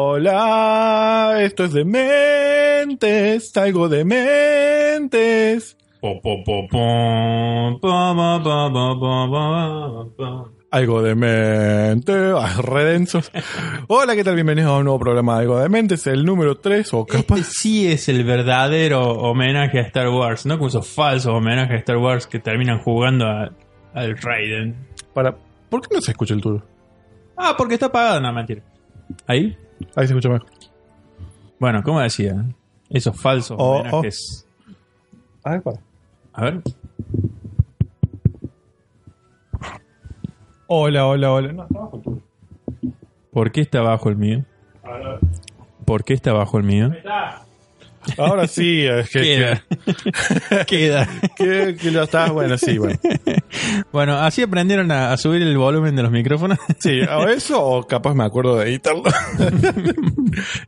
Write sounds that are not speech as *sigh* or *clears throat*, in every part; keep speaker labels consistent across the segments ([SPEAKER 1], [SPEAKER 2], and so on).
[SPEAKER 1] Hola, esto es Dementes, traigo Dementes.
[SPEAKER 2] Po, po, po, pom, pa, ba, ba, ba, ba, ba, ba.
[SPEAKER 1] Algo de mente, ah, redensos. Hola, ¿qué tal? Bienvenidos a un nuevo programa de Algo de Mentes, el número 3 o
[SPEAKER 2] Este
[SPEAKER 1] capaz.
[SPEAKER 2] sí es el verdadero homenaje a Star Wars, no como esos falsos homenajes a Star Wars que terminan jugando a- al Raiden.
[SPEAKER 1] Para... ¿Por qué no se escucha el tuyo?
[SPEAKER 2] Ah, porque está apagado, no, mentira. ¿Ahí?
[SPEAKER 1] Ahí se escucha mejor.
[SPEAKER 2] Bueno, ¿cómo decía? Esos falsos
[SPEAKER 1] Oh, oh.
[SPEAKER 2] homenajes.
[SPEAKER 1] A ver, para.
[SPEAKER 2] A ver.
[SPEAKER 1] Hola, hola, hola. No, está bajo el tuyo.
[SPEAKER 2] ¿Por qué está abajo el mío? ¿Por qué está abajo el mío?
[SPEAKER 1] Ahora sí, es que, que,
[SPEAKER 2] Queda. *laughs* Queda.
[SPEAKER 1] que, que lo estás. Bueno, sí, bueno.
[SPEAKER 2] Bueno, así aprendieron a, a subir el volumen de los *laughs* micrófonos.
[SPEAKER 1] Sí, o eso o capaz me acuerdo de editarlo.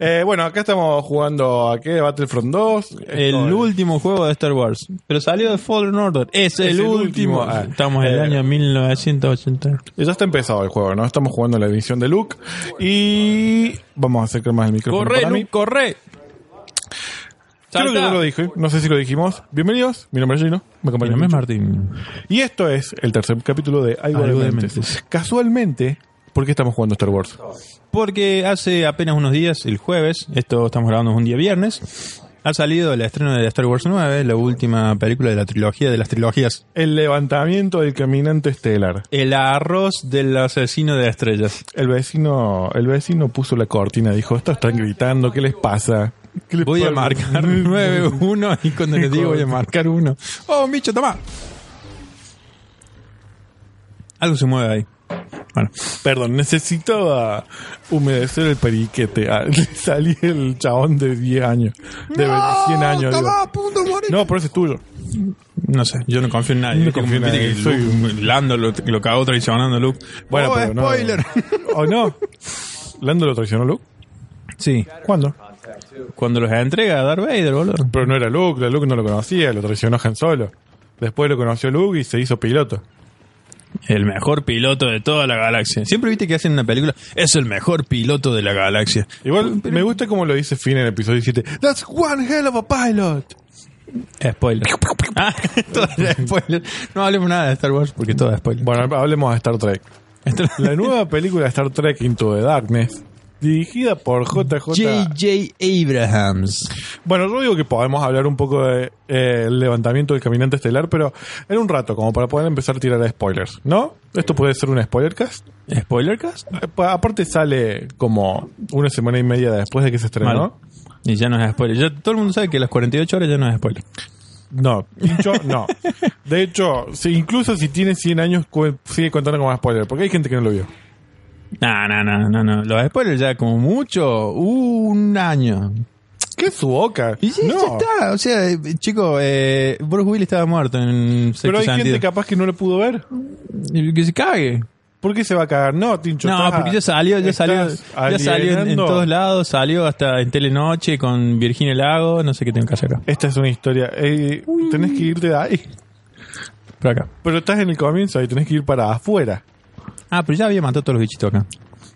[SPEAKER 1] Eh, bueno, acá estamos jugando a qué? Battlefront 2.
[SPEAKER 2] El
[SPEAKER 1] Esto-
[SPEAKER 2] último juego de Star Wars. Pero salió de Fallen Order. Es, el,
[SPEAKER 1] el último.
[SPEAKER 2] último.
[SPEAKER 1] Ah,
[SPEAKER 2] Estamos en el
[SPEAKER 1] eh.
[SPEAKER 2] año 1980.
[SPEAKER 1] Ya está empezado el juego, ¿no? Estamos jugando la edición de Luke y vamos a acercar más el micrófono
[SPEAKER 2] ¡Corre,
[SPEAKER 1] para
[SPEAKER 2] Luke,
[SPEAKER 1] mí.
[SPEAKER 2] corre!
[SPEAKER 1] Creo que
[SPEAKER 2] ¡Salta!
[SPEAKER 1] yo lo dije, no sé si lo dijimos. Bienvenidos, mi nombre es Gino, me
[SPEAKER 2] Mi
[SPEAKER 1] acompaña
[SPEAKER 2] nombre es
[SPEAKER 1] Lucho.
[SPEAKER 2] Martín.
[SPEAKER 1] Y esto es el tercer capítulo de Algo de
[SPEAKER 2] Algo de
[SPEAKER 1] Mentes.
[SPEAKER 2] Mentes.
[SPEAKER 1] Casualmente, ¿por qué estamos jugando Star Wars?
[SPEAKER 2] Porque hace apenas unos días, el jueves, esto estamos grabando un día viernes, ha salido el estreno de Star Wars 9, la última película de la trilogía de las trilogías.
[SPEAKER 1] El levantamiento del caminante estelar.
[SPEAKER 2] El arroz del asesino de estrellas.
[SPEAKER 1] El vecino, el vecino puso la cortina, dijo, estos están gritando, ¿qué les pasa? ¿Qué les
[SPEAKER 2] Voy a
[SPEAKER 1] pasa?"
[SPEAKER 2] *laughs* marcar 9-1 y cuando les digo voy a marcar 1. ¡Oh, un bicho, toma! Algo se mueve ahí. Bueno,
[SPEAKER 1] Perdón, necesitaba humedecer el periquete. *laughs* Ah, le salí el chabón de 10 años. De
[SPEAKER 2] Ah,
[SPEAKER 1] 100 años. digo. No, pero ese es tuyo.
[SPEAKER 2] no sé, yo no confío en nadie.
[SPEAKER 1] No
[SPEAKER 2] Viste
[SPEAKER 1] confío en
[SPEAKER 2] como-
[SPEAKER 1] nadie,
[SPEAKER 2] viste que Luke, Lando lo, lo cagó traicionando a Luke.
[SPEAKER 1] Bueno,
[SPEAKER 2] ¡Oh,
[SPEAKER 1] pero no. *laughs*
[SPEAKER 2] spoiler!
[SPEAKER 1] ¿O no? ¿Lando lo traicionó Luke?
[SPEAKER 2] *laughs* Sí,
[SPEAKER 1] ¿Cuándo?
[SPEAKER 2] cuando los entrega a Darth Vader, boludo.
[SPEAKER 1] Pero no era Luke, Luke no lo conocía, lo traicionó Han Solo. Después lo conoció Luke y se hizo piloto.
[SPEAKER 2] El mejor piloto de toda la galaxia. Siempre viste que hacen una película, es el mejor piloto de la galaxia.
[SPEAKER 1] Igual me gusta como lo dice Finn en el episodio 7. That's one hell of a pilot.
[SPEAKER 2] *laughs* Spoiler. Ah, todo es spoiler. No hablemos nada de Star Wars porque todo es spoiler.
[SPEAKER 1] Bueno, hablemos de Star Trek.
[SPEAKER 2] Esto-
[SPEAKER 1] La nueva película de Star Trek Into the Darkness, dirigida por JJ
[SPEAKER 2] J.J. Abrahams.
[SPEAKER 1] Bueno, yo digo que podemos hablar un poco del levantamiento del caminante estelar, pero en un rato, como para poder empezar a tirar spoilers, ¿no? Esto puede ser un spoilercast.
[SPEAKER 2] ¿Spoilercast?
[SPEAKER 1] Eh, pa- Aparte sale como una semana y media después de que se estrenó.
[SPEAKER 2] Mal. Y ya no es spoiler. Ya, todo el mundo sabe que las 48 horas ya no es spoiler.
[SPEAKER 1] No, pincho, no. De hecho, si- incluso si tiene 100 años, cu- sigue contando como spoiler, porque hay gente que no lo vio.
[SPEAKER 2] No, no, no, no, no. Los spoilers ya como mucho, un año.
[SPEAKER 1] ¿Qué es su boca?
[SPEAKER 2] Y sí, ya
[SPEAKER 1] no.
[SPEAKER 2] está. O sea, eh, chico, eh, Bruce Willis estaba muerto en
[SPEAKER 1] Pero hay
[SPEAKER 2] Sexto
[SPEAKER 1] gente
[SPEAKER 2] Sentido.
[SPEAKER 1] capaz que no lo pudo ver.
[SPEAKER 2] Y Que se cague.
[SPEAKER 1] ¿Por qué se va a cagar? No, Tincho.
[SPEAKER 2] No,
[SPEAKER 1] estás-
[SPEAKER 2] porque ya salió, ya
[SPEAKER 1] estás
[SPEAKER 2] salió, ya salió en- en,
[SPEAKER 1] alienando.
[SPEAKER 2] todos lados, salió hasta en Telenoche con Virginia Lago, no sé qué tengo que hacer acá.
[SPEAKER 1] Esta es una historia. Ey, tenés que irte de ahí.
[SPEAKER 2] Por acá.
[SPEAKER 1] Pero estás en el comienzo y tenés que ir para afuera.
[SPEAKER 2] Ah, pero ya había matado todos los bichitos acá.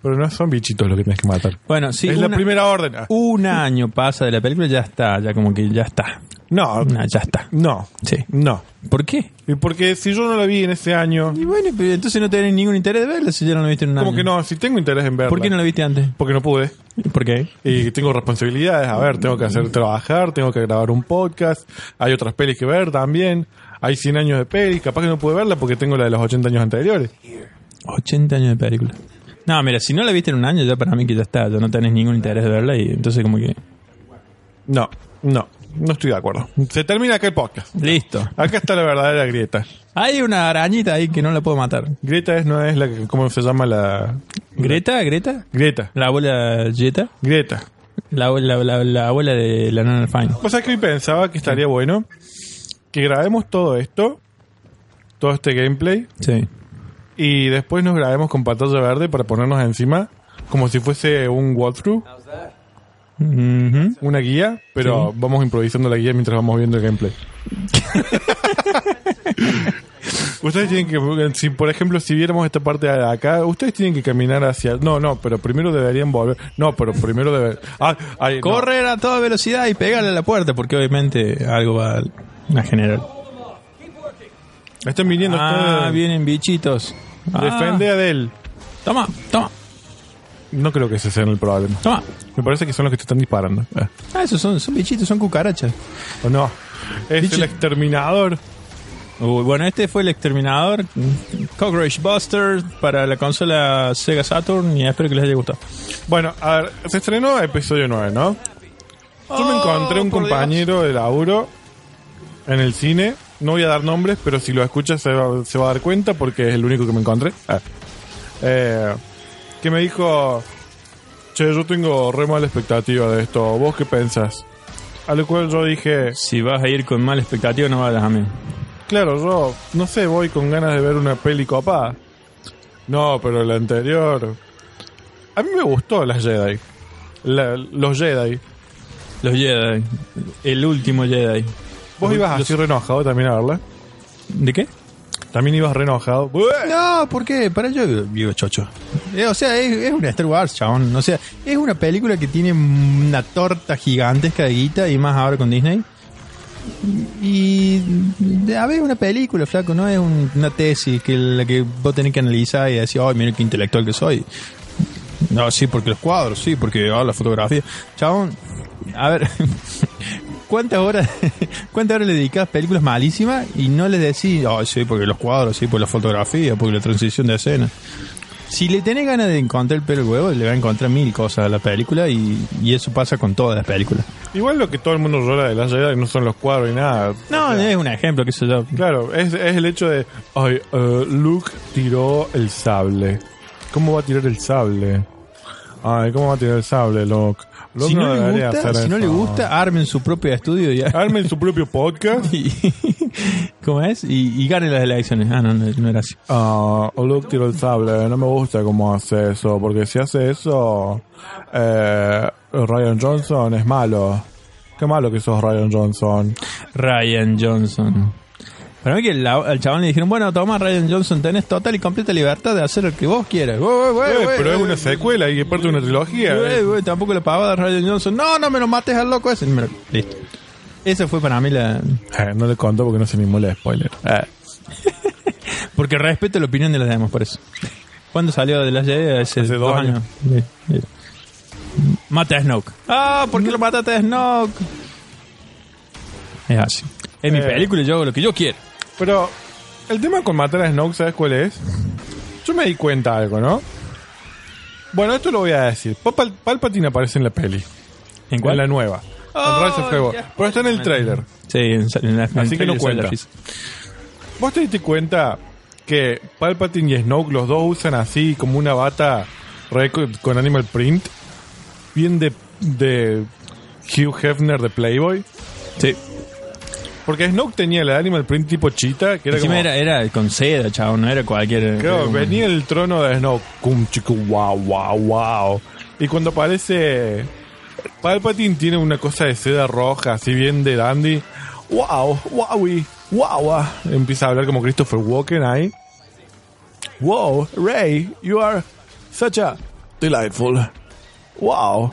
[SPEAKER 1] Pero no son bichitos los que tenés que matar.
[SPEAKER 2] Bueno, sí,
[SPEAKER 1] es la
[SPEAKER 2] una-
[SPEAKER 1] primera orden. Ah,
[SPEAKER 2] un año pasa de la película, ya está, ya como que ya está.
[SPEAKER 1] No,
[SPEAKER 2] Nah, ya está.
[SPEAKER 1] no,
[SPEAKER 2] Sí.
[SPEAKER 1] no.
[SPEAKER 2] ¿Por qué?
[SPEAKER 1] Y porque si yo no la vi en ese año,
[SPEAKER 2] Y bueno, pero entonces no tenés ningún interés de verla si ya no la viste en un
[SPEAKER 1] como
[SPEAKER 2] año.
[SPEAKER 1] que no, si tengo interés en verla.
[SPEAKER 2] ¿Por qué no la viste antes?
[SPEAKER 1] Porque no pude.
[SPEAKER 2] ¿Por qué?
[SPEAKER 1] Y tengo responsabilidades. A ver, tengo que hacer trabajar, tengo que grabar un podcast. Hay otras pelis que ver también. Hay 100 años de pelis. Capaz que no pude verla porque tengo la de los 80 años anteriores.
[SPEAKER 2] 80 años de película. No, mira, si no la viste en un año, ya para mí que ya está, ya no tenés ningún interés de verla y entonces como que...
[SPEAKER 1] No, no, no estoy de acuerdo. Se termina acá el podcast.
[SPEAKER 2] Listo.
[SPEAKER 1] Acá está la verdadera grieta.
[SPEAKER 2] Hay una arañita ahí que no la puedo matar.
[SPEAKER 1] Greta es, no es la que, ¿cómo se llama la?
[SPEAKER 2] ¿Greta? ¿Greta?
[SPEAKER 1] Greta,
[SPEAKER 2] ¿La abuela Jetta?
[SPEAKER 1] Greta.
[SPEAKER 2] La, abuela- la, la abuela de la nana Fine.
[SPEAKER 1] Cosa que hoy pensaba que estaría bueno que grabemos todo esto, todo este gameplay,
[SPEAKER 2] Sí.
[SPEAKER 1] y después nos grabemos con pantalla verde para ponernos encima, como si fuese un walkthrough,
[SPEAKER 2] Ujú.
[SPEAKER 1] una guía,
[SPEAKER 2] *laughs*
[SPEAKER 1] pero vamos improvisando la guía mientras vamos viendo el gameplay. Ustedes tienen que, si por ejemplo, si viéramos esta parte de acá, ustedes tienen que caminar hacia. No, no, pero primero deberían volver. No, pero primero deben. Ah, ay, no.
[SPEAKER 2] Correr a toda velocidad y pegarle a la puerta, porque obviamente algo va a generar.
[SPEAKER 1] Están viniendo
[SPEAKER 2] Ah,
[SPEAKER 1] ustedes.
[SPEAKER 2] vienen bichitos. Ah,
[SPEAKER 1] Defende a Adel.
[SPEAKER 2] Toma, toma,
[SPEAKER 1] No creo que ese sea el problema.
[SPEAKER 2] toma.
[SPEAKER 1] Me parece que son los que te están disparando. Ah,
[SPEAKER 2] Ah, esos son, son bichitos, son cucarachas.
[SPEAKER 1] ¿O no? Es
[SPEAKER 2] Bicho.
[SPEAKER 1] el exterminador.
[SPEAKER 2] Uy, bueno, este fue el exterminador. Cockroach Buster para la consola Sega Saturn y espero que les haya gustado.
[SPEAKER 1] Bueno, a ver, se estrenó episodio 9, ¿no? Yo me
[SPEAKER 2] Oh,
[SPEAKER 1] encontré un
[SPEAKER 2] por
[SPEAKER 1] compañero de laburo en el cine. No voy a dar nombres, pero si lo escuchas se va, se va a dar cuenta porque es el único que me encontré. Ah. Eh, que me dijo, che, yo tengo re mala expectativa de esto. ¿Vos qué pensás? A lo cual yo dije,
[SPEAKER 2] Si vas a ir con mala expectativa, no vayas a mí.
[SPEAKER 1] claro, yo, no sé, voy con ganas de ver una peli copada. No, pero la anterior... A mí me gustó las Jedi. La- los Jedi.
[SPEAKER 2] Los Jedi. El último Jedi.
[SPEAKER 1] Vos ibas así re enojado también a verla.
[SPEAKER 2] ¿De qué?
[SPEAKER 1] También ibas re enojado. ¡Bueh!
[SPEAKER 2] No, ¿por qué? Para yo vivo chocho. Eh, O sea, es, es una Star Wars, chabón. O sea, es una película que tiene una torta gigantesca de guita y más ahora con Disney. Y a ver, es una película, flaco, no es un- una tesis que la que vos tenés que analizar y decir, ay, mira qué intelectual que soy. No, sí, porque los cuadros, sí, porque ah, la fotografía. Chabón, a ver, *laughs* ¿cuántas horas, *laughs* cuántas horas le dedicás a películas malísimas y no les decís, ay, sí, porque los cuadros, sí, por la fotografía, porque la transición de escena? Si le tenés ganas de encontrar el pelo al huevo, le va a encontrar mil cosas a la película y, y eso pasa con todas las películas.
[SPEAKER 1] Igual lo que todo el mundo llora de la Jedi no son los cuadros y nada.
[SPEAKER 2] No, es un ejemplo, que sé yo.
[SPEAKER 1] Claro, es, es el hecho de. Ay, eh, Luke tiró el sable. ¿Cómo va a tirar el sable? Ay, ¿cómo va a tirar el sable, Luke? Luke
[SPEAKER 2] Si no, le
[SPEAKER 1] debería
[SPEAKER 2] gusta,
[SPEAKER 1] hacer
[SPEAKER 2] si no le
[SPEAKER 1] eso.
[SPEAKER 2] gusta, armen su propio estudio y, *laughs*
[SPEAKER 1] Armen su propio podcast.
[SPEAKER 2] y ¿cómo es? Y, y ganen las elecciones. Ah, no, no, no era así.
[SPEAKER 1] Ah, Luke tiró el sable. No me gusta cómo hace eso. Porque si hace eso, eh, Ryan Johnson es malo. Qué malo que sos Ryan Johnson.
[SPEAKER 2] Ryan Johnson. Para mí que la- al chabón le dijeron, bueno, toma Ryan Johnson, tenés total y completa libertad de hacer lo que vos quieras. Güey, güey, güey,
[SPEAKER 1] Eh,
[SPEAKER 2] güey,
[SPEAKER 1] pero es
[SPEAKER 2] güey,
[SPEAKER 1] una secuela y es parte de una trilogía. eh.
[SPEAKER 2] güey, güey, tampoco le pagaba a Ryan Johnson. No, no me lo mates al loco ese. Me lo- listo. Esa fue para mí la...
[SPEAKER 1] Eh, no le conto porque no se animó el spoiler.
[SPEAKER 2] Ah. *laughs* Porque respeto la opinión de los demás, por eso. ¿Cuándo salió de las Jedi? Hace,
[SPEAKER 1] Hace dos años.
[SPEAKER 2] Sí, sí. Mata a Snoke. Ah, ¿por qué lo mataste a Snoke? Es así. Es mi
[SPEAKER 1] Eh.
[SPEAKER 2] película y yo hago lo que yo quiero.
[SPEAKER 1] Pero el tema con matar a Snoke, ¿sabes cuál es? Yo me di cuenta de algo, ¿no? Bueno, esto lo voy a decir. Pal- Palpatine aparece en la peli,
[SPEAKER 2] ¿En
[SPEAKER 1] en la nueva. en Rise of Skywalker.
[SPEAKER 2] ya.
[SPEAKER 1] Pero está en el trailer.
[SPEAKER 2] Sí, en, en la en
[SPEAKER 1] Así que no
[SPEAKER 2] trailer sale
[SPEAKER 1] cuenta.
[SPEAKER 2] la física.
[SPEAKER 1] ¿Vos te diste cuenta que Palpatine y Snoke los dos usan así como una bata re- con animal print? Bien de, de Hugh Hefner de Playboy.
[SPEAKER 2] Sí.
[SPEAKER 1] Porque Snoke tenía el animal print tipo chita, que era
[SPEAKER 2] Encima
[SPEAKER 1] como...
[SPEAKER 2] era, era con seda, chavo, no era cualquier. era
[SPEAKER 1] Creo,
[SPEAKER 2] como-
[SPEAKER 1] venía el trono de Snow. Cum, chicu, wow, wow, wow. Y cuando aparece. Palpatine tiene una cosa de seda roja, así bien de dandy. Wow, wowi, wow. Empieza a hablar como Christopher Walken ahí. Wow, Ray, you are such a delightful. Wow.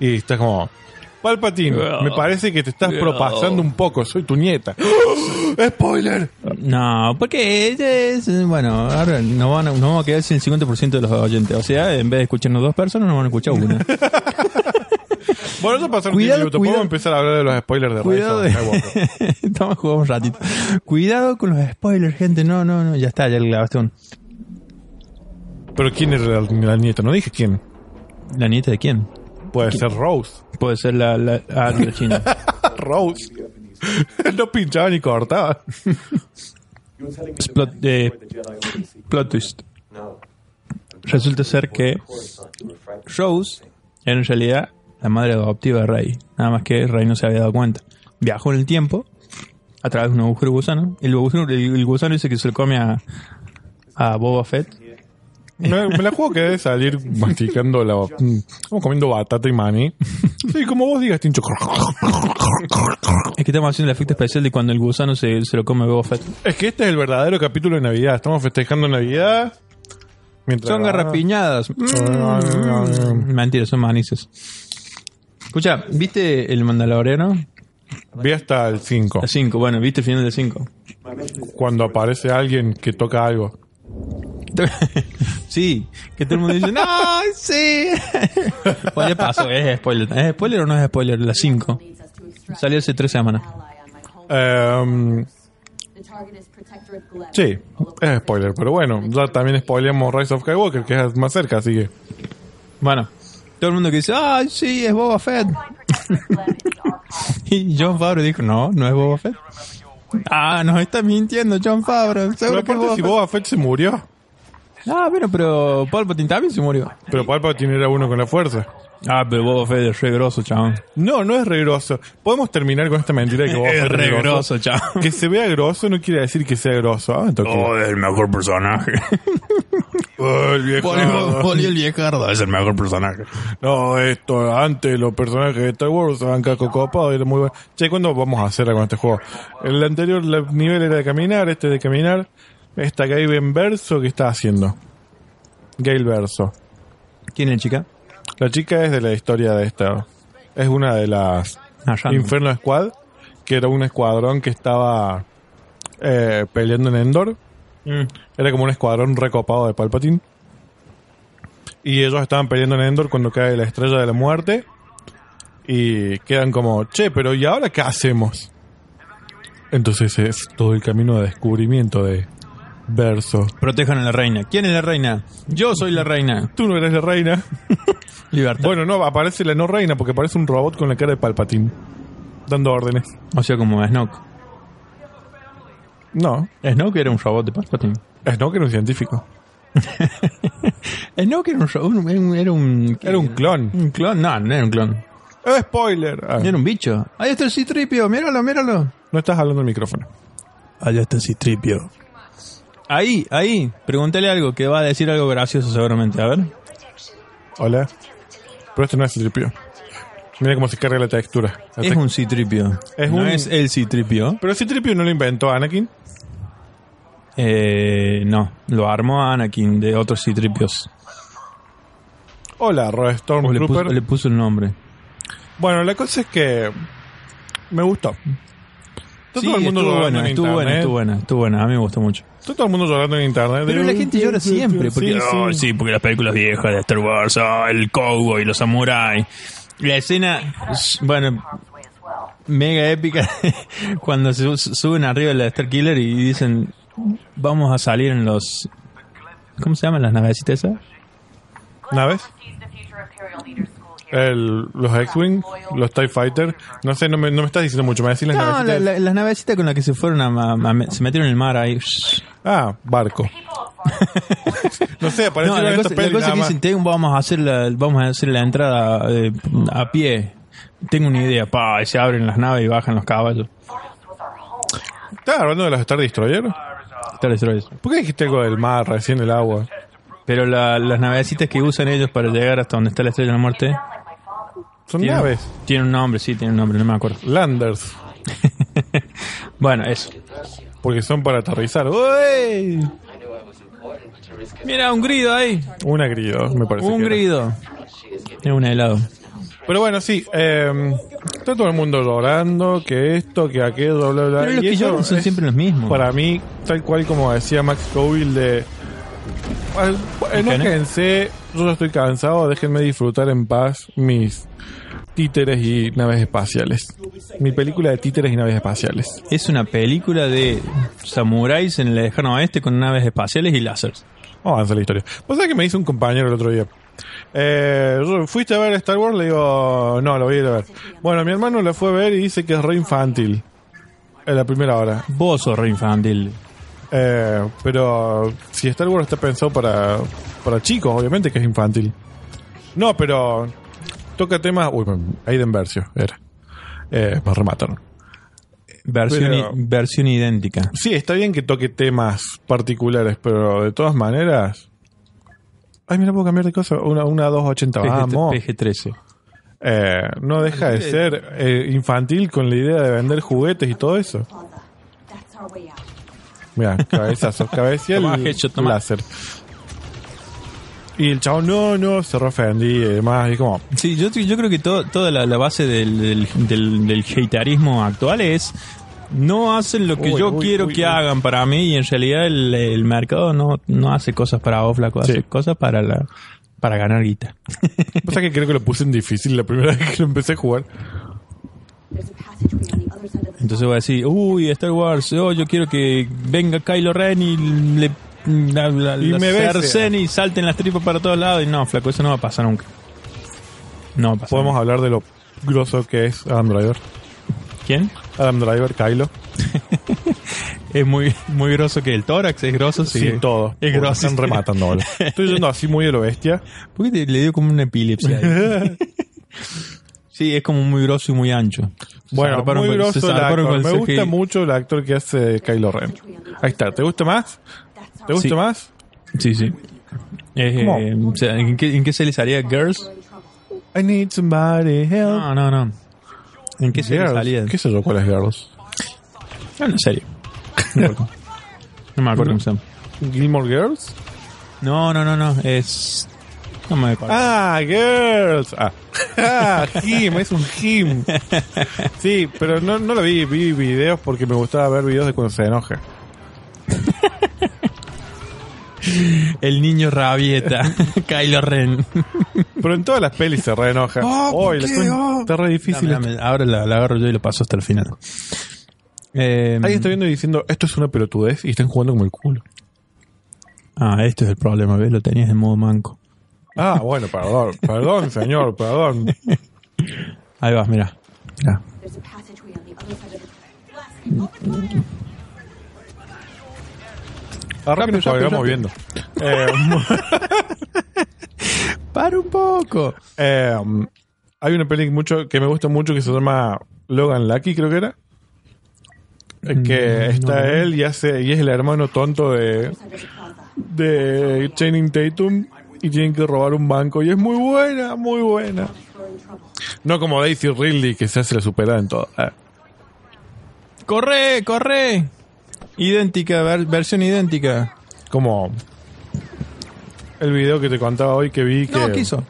[SPEAKER 1] Y estás como. Palpatine,
[SPEAKER 2] Wow.
[SPEAKER 1] me parece que te estás
[SPEAKER 2] Wow.
[SPEAKER 1] propasando un poco, soy tu nieta. *gasps* ¡Ah! ¡Spoiler!
[SPEAKER 2] No, porque ella es. Bueno, ahora nos van a- nos vamos a quedar sin el 50% de los oyentes. O sea, en vez de escucharnos dos personas, nos van a escuchar una.
[SPEAKER 1] Bueno, eso pasaron 10
[SPEAKER 2] Cuidado,
[SPEAKER 1] minutos.
[SPEAKER 2] cuidado.
[SPEAKER 1] Podemos empezar a hablar de los spoilers de
[SPEAKER 2] Cuidado
[SPEAKER 1] Rise of
[SPEAKER 2] *laughs*
[SPEAKER 1] Skywalker.
[SPEAKER 2] de... Toma, jugamos un ratito. Cuidado con los spoilers, gente. No, no, no. Ya está, ya le clavaste uno.
[SPEAKER 1] Pero ¿quién es la, la nieta? No dije quién.
[SPEAKER 2] ¿La nieta de quién?
[SPEAKER 1] Puede ser Rose. *laughs*
[SPEAKER 2] Puede ser la... la... Ah, no, la china.
[SPEAKER 1] Rose. *laughs* no pinchaba ni cortaba.
[SPEAKER 2] Plot, eh, plot twist. Resulta ser que Rose era en realidad la madre adoptiva de Rey. Nada más que Rey no se había dado cuenta. Viajó en el tiempo a través de un agujero gusano. El gusano, el, el gusano dice que se lo come a, a Boba Fett.
[SPEAKER 1] Me, me la juego que debe salir masticando la. Estamos comiendo batata y maní. *laughs* Sí, como vos digas, Tincho.
[SPEAKER 2] Es que estamos haciendo el efecto especial de cuando el gusano se, se lo come Boba Fett.
[SPEAKER 1] Es que este es el verdadero capítulo de Navidad. Estamos festejando Navidad. Mientras
[SPEAKER 2] Son garrapiñadas. Mm. Mentira, son manices. Escucha, ¿viste el Mandaloriano?
[SPEAKER 1] Ve hasta el 5.
[SPEAKER 2] El 5, bueno, ¿viste el final del 5?
[SPEAKER 1] Cuando aparece alguien que toca algo.
[SPEAKER 2] sí, que todo el mundo dice, ¡No! *laughs* ¡Sí! Pues ya pasó, es spoiler. ¿Es spoiler o no es spoiler? La 5. Salió hace tres semanas.
[SPEAKER 1] Em, sí, es spoiler. Pero bueno, ya también spoileamos Rise of Skywalker, que es más cerca, así que.
[SPEAKER 2] Bueno, todo el mundo que dice, ¡Ay, sí, es Boba Fett! Y John Favreau dijo, no, no es Boba Fett. Ah, nos está mintiendo John Favreau.
[SPEAKER 1] Pero
[SPEAKER 2] Seguro que es
[SPEAKER 1] aparte,
[SPEAKER 2] Boba
[SPEAKER 1] si Boba Fett se murió.
[SPEAKER 2] Fett. Ah, bueno, pero Palpatine también se murió.
[SPEAKER 1] Pero Palpatine era uno con la fuerza.
[SPEAKER 2] Ah, pero Boba Fett es re grosso, chabón.
[SPEAKER 1] No, no es regroso. Podemos terminar con esta mentira de que Boba
[SPEAKER 2] Es
[SPEAKER 1] Fett es
[SPEAKER 2] re
[SPEAKER 1] re grosso?
[SPEAKER 2] grosso, chavo. *laughs*
[SPEAKER 1] Que se vea grosso no quiere decir que sea grosso. Ah, entonces-
[SPEAKER 2] es el mejor *laughs* personaje.
[SPEAKER 1] Ah, el viejo.
[SPEAKER 2] el viejardo es el mejor personaje.
[SPEAKER 1] No, esto, antes los personajes de Star Wars eran caco copado y era muy bueno. Che, ¿cuándo vamos a hacer con este juego? El anterior la- nivel era de caminar, este de caminar. Esta Gabe en verso, ¿qué está haciendo? Gail verso.
[SPEAKER 2] ¿Quién es, chica?
[SPEAKER 1] La chica es de la historia de esta. Es una de las
[SPEAKER 2] Ah, Random.
[SPEAKER 1] Inferno Squad, que era un escuadrón que estaba eh, peleando en Endor.
[SPEAKER 2] Mm.
[SPEAKER 1] Era como un escuadrón recopado de Palpatine. Y ellos estaban peleando en Endor cuando cae la estrella de la muerte. Y quedan como, che, pero ¿y ahora qué hacemos? Entonces es todo el camino de descubrimiento de verso.
[SPEAKER 2] Protejan a la reina. ¿Quién es la reina? Yo soy la reina.
[SPEAKER 1] Tú no eres la reina.
[SPEAKER 2] Libertad.
[SPEAKER 1] Bueno, no, aparece la no reina porque aparece un robot con la cara de Palpatine. Dando órdenes.
[SPEAKER 2] O sea, como Snoke.
[SPEAKER 1] No,
[SPEAKER 2] Snoke era un robot de Palpatine.
[SPEAKER 1] es no que era un científico.
[SPEAKER 2] Snoke era un robot. era un.
[SPEAKER 1] Era un clon.
[SPEAKER 2] Un clon. No, no era un clon.
[SPEAKER 1] ¡Eh, spoiler! Ah,
[SPEAKER 2] Era un bicho. Ahí está el Citripio. Míralo, míralo.
[SPEAKER 1] no estás hablando al micrófono.
[SPEAKER 2] Allá está el Citripio. Ahí, ahí. Pregúntale algo que va a decir algo gracioso seguramente. A ver.
[SPEAKER 1] Hola. Pero este no es Citripio. Mira cómo se carga la textura. La
[SPEAKER 2] Es
[SPEAKER 1] tec-
[SPEAKER 2] un Citripio.
[SPEAKER 1] Es
[SPEAKER 2] no
[SPEAKER 1] un-
[SPEAKER 2] es el Citripio.
[SPEAKER 1] Pero Citripio no lo inventó Anakin.
[SPEAKER 2] Eh, no. Lo armó Anakin de otros Citripios.
[SPEAKER 1] Hola, Rod
[SPEAKER 2] O le puso,
[SPEAKER 1] Stormtrooper.
[SPEAKER 2] le puso el nombre.
[SPEAKER 1] Bueno, la cosa es que me gustó. Está
[SPEAKER 2] Sí, estuvo
[SPEAKER 1] llorando
[SPEAKER 2] buena,
[SPEAKER 1] en
[SPEAKER 2] estuvo buena,
[SPEAKER 1] internet.
[SPEAKER 2] estuvo buena, estuvo buena. A mí me gustó mucho.
[SPEAKER 1] Está todo el mundo llorando en internet.
[SPEAKER 2] Pero la gente llora siempre. Porque,
[SPEAKER 1] Sí, sí.
[SPEAKER 2] Ay, sí, porque las películas viejas de Star Wars, ah, el cowboy, los samuráis. La escena, s- bueno, mega épica, *laughs* cuando se su- suben arriba de la Star Killer y dicen, vamos a salir en los... ¿Cómo se llaman las navecitas esas?
[SPEAKER 1] ¿Naves? El- los X-Wing, los TIE Fighter. No sé, no me, no me estás diciendo mucho. Me decís las
[SPEAKER 2] No, la-
[SPEAKER 1] navecitas.
[SPEAKER 2] la- las navecitas con las que se fueron a... ma- ma- se metieron en el mar ahí.
[SPEAKER 1] Ah, barco. no sé, aparece
[SPEAKER 2] No,
[SPEAKER 1] en
[SPEAKER 2] la
[SPEAKER 1] estos
[SPEAKER 2] cosa, la
[SPEAKER 1] pelis
[SPEAKER 2] cosa
[SPEAKER 1] nada
[SPEAKER 2] que
[SPEAKER 1] más.
[SPEAKER 2] dicen, "Tengo- vamos a hacer la, vamos a hacer la entrada eh, a pie. Tengo una idea, pa, y se abren las naves y bajan los caballos.
[SPEAKER 1] ¿Estás hablando de los Star Destroyer?
[SPEAKER 2] Star Destroyers.
[SPEAKER 1] ¿Por qué dijiste algo del mar, recién el agua?
[SPEAKER 2] Pero la- las navecitas que usan ellos para llegar hasta donde está la estrella de la muerte.
[SPEAKER 1] Son
[SPEAKER 2] tienen-
[SPEAKER 1] naves.
[SPEAKER 2] Tienen un nombre, sí, tienen un nombre, no me acuerdo. *laughs*
[SPEAKER 1] Landers.
[SPEAKER 2] Bueno, eso.
[SPEAKER 1] Porque son para aterrizar. ¡Uy!
[SPEAKER 2] Mira, un grido ahí.
[SPEAKER 1] Un agrido, me parece.
[SPEAKER 2] Un
[SPEAKER 1] que era.
[SPEAKER 2] grido. Es un helado.
[SPEAKER 1] Pero bueno, sí. eh, está todo el mundo llorando, que esto, que aquello, bla, bla.
[SPEAKER 2] Pero los
[SPEAKER 1] y
[SPEAKER 2] que
[SPEAKER 1] eso
[SPEAKER 2] lloran son
[SPEAKER 1] es
[SPEAKER 2] siempre los mismos.
[SPEAKER 1] Para mí, tal cual como decía Max Cowell de... "Al- Enójense, yo ya estoy cansado, déjenme disfrutar en paz mis títeres y naves espaciales. Mi película de títeres y naves espaciales.
[SPEAKER 2] Es una película de samuráis en el lejano oeste con naves espaciales y láseres.
[SPEAKER 1] Vamos a avanzar la historia. Vos sabés que me hizo un compañero el otro día. Eh, yo, ¿Fuiste a ver Star Wars? Le digo, no, lo voy a ir a ver. Bueno, mi hermano la fue a ver y dice que es re infantil. En la primera hora.
[SPEAKER 2] Vos sos re infantil.
[SPEAKER 1] Eh, pero si Star Wars está pensado para, para chicos, obviamente que es infantil. No, pero toca temas... Uy, Aiden Versio era. Eh, me remataron.
[SPEAKER 2] Versión,
[SPEAKER 1] Pero-
[SPEAKER 2] i- versión idéntica.
[SPEAKER 1] Sí, está bien que toque temas particulares, pero de todas maneras... Ay, mira, puedo cambiar de cosa. Una, una 280. Vamos.
[SPEAKER 2] PG-13.
[SPEAKER 1] Eh, no deja de ser eh, infantil con la idea de vender juguetes y todo eso.
[SPEAKER 3] That's our way out.
[SPEAKER 1] Mira,
[SPEAKER 2] *laughs*
[SPEAKER 1] cabezazo, cabeza y el
[SPEAKER 2] Tomá, headshot, tomá.
[SPEAKER 1] láser. Y el chabón, no, no, se re ofendí y demás. Y como,
[SPEAKER 2] Sí, yo, yo creo que to- toda la, la base del, del, del, del hatearismo actual es no hacen lo que
[SPEAKER 1] Uy,
[SPEAKER 2] yo
[SPEAKER 1] uy,
[SPEAKER 2] quiero
[SPEAKER 1] uy,
[SPEAKER 2] que
[SPEAKER 1] uy.
[SPEAKER 2] hagan para mí y en realidad el, el mercado no, no hace cosas para vos, flaco, hace
[SPEAKER 1] Sí.
[SPEAKER 2] cosas para la para ganar
[SPEAKER 1] *laughs*
[SPEAKER 2] guita.
[SPEAKER 1] o sea que creo que lo puse en difícil la primera *laughs* vez que lo empecé a jugar.
[SPEAKER 3] There's a passageway on the other side of the
[SPEAKER 2] Entonces voy a decir, uy, Star Wars, oh, yo quiero que venga Kylo Ren y le la, la-
[SPEAKER 1] Y
[SPEAKER 2] la
[SPEAKER 1] me bese.
[SPEAKER 2] cercen y salten las tripas para todos lados. Y no, flaco, eso no va a pasar nunca. No va a pasar.
[SPEAKER 1] Podemos hablar de lo grosso que es Adam Driver.
[SPEAKER 2] ¿Quién?
[SPEAKER 1] Adam Driver, Kylo.
[SPEAKER 2] Es muy, muy grosso que el tórax, es grosso, sí.
[SPEAKER 1] Sí, todo.
[SPEAKER 2] Es
[SPEAKER 1] Porque
[SPEAKER 2] grosso.
[SPEAKER 1] Están rematando. boludo. Estoy yendo así muy a lo bestia.
[SPEAKER 2] *laughs* ¿Por qué te- le dio como una epilepsia? ahí? *laughs* sí, es como muy grosso y muy ancho. Se
[SPEAKER 1] Bueno,
[SPEAKER 2] zarparon
[SPEAKER 1] muy
[SPEAKER 2] con-
[SPEAKER 1] grosso
[SPEAKER 2] se
[SPEAKER 1] el
[SPEAKER 2] zarparon
[SPEAKER 1] actor.
[SPEAKER 2] con
[SPEAKER 1] Me
[SPEAKER 2] el
[SPEAKER 1] gusta
[SPEAKER 2] CGI.
[SPEAKER 1] mucho el actor que hace de Kylo Ren. Ahí está. ¿Te gusta más?
[SPEAKER 3] That's
[SPEAKER 1] ¿Te gusta
[SPEAKER 2] Sí.
[SPEAKER 1] más?
[SPEAKER 2] Sí, sí. Es, eh,
[SPEAKER 1] ¿Cómo?
[SPEAKER 2] o sea, ¿en, qué, ¿En qué se les haría Girls?
[SPEAKER 3] our in trouble.
[SPEAKER 1] I need somebody help.
[SPEAKER 2] No, no, no. ¿En qué se les haría?
[SPEAKER 1] Ah, ¿Qué sé yo cuáles Girls?
[SPEAKER 2] No, en serio. No me acuerdo cómo se llama.
[SPEAKER 1] ¿Gilmore Girls?
[SPEAKER 2] No, no, no, no. Es. No me acuerdo.
[SPEAKER 1] Ah, Girls. *laughs* Ah, Ah, Jim, es un Jim. Sí, pero no, no lo vi, vi videos porque me gustaba ver videos de cuando se enoja.
[SPEAKER 2] El niño rabieta. *laughs* Kylo Ren.
[SPEAKER 1] Pero en todas las pelis se re enoja.
[SPEAKER 2] Oh, ¿por
[SPEAKER 1] Ay, la
[SPEAKER 2] qué?
[SPEAKER 1] cuenta-
[SPEAKER 2] Oh.
[SPEAKER 1] Está re difícil.
[SPEAKER 2] Dame, dame. Ahora la, la agarro yo y lo paso hasta el final. Eh,
[SPEAKER 1] Ahí estoy viendo y diciendo, esto es una pelotudez y están jugando como el culo.
[SPEAKER 2] Ah, este es el problema, ¿ves? Lo tenías en modo manco.
[SPEAKER 1] Ah, bueno, perdón, perdón, señor, *laughs* perdón.
[SPEAKER 2] Ahí vas, mira. Mirá.
[SPEAKER 3] There's a passageway on the other side of the
[SPEAKER 1] Ahora que nos
[SPEAKER 2] Rápido, rápido,
[SPEAKER 1] colgamos viendo. Eh,
[SPEAKER 2] Para un poco.
[SPEAKER 1] Eh, hay una peli mucho, que me gusta mucho que se llama Logan Lucky, creo que era. Eh, Que
[SPEAKER 2] Mm,
[SPEAKER 1] está él y, hace, y es el hermano tonto de,
[SPEAKER 3] side of the plaza.
[SPEAKER 1] de Channing Tatum y tienen que robar un banco. Y es muy buena, muy buena.
[SPEAKER 3] We're in trouble.
[SPEAKER 1] No como Daisy Ridley que se hace la superada en todo. Eh,
[SPEAKER 2] ¡Corre, corre! Idéntica, ver- versión idéntica.
[SPEAKER 1] como el video que te contaba hoy que vi que
[SPEAKER 2] No, ¿qué hizo?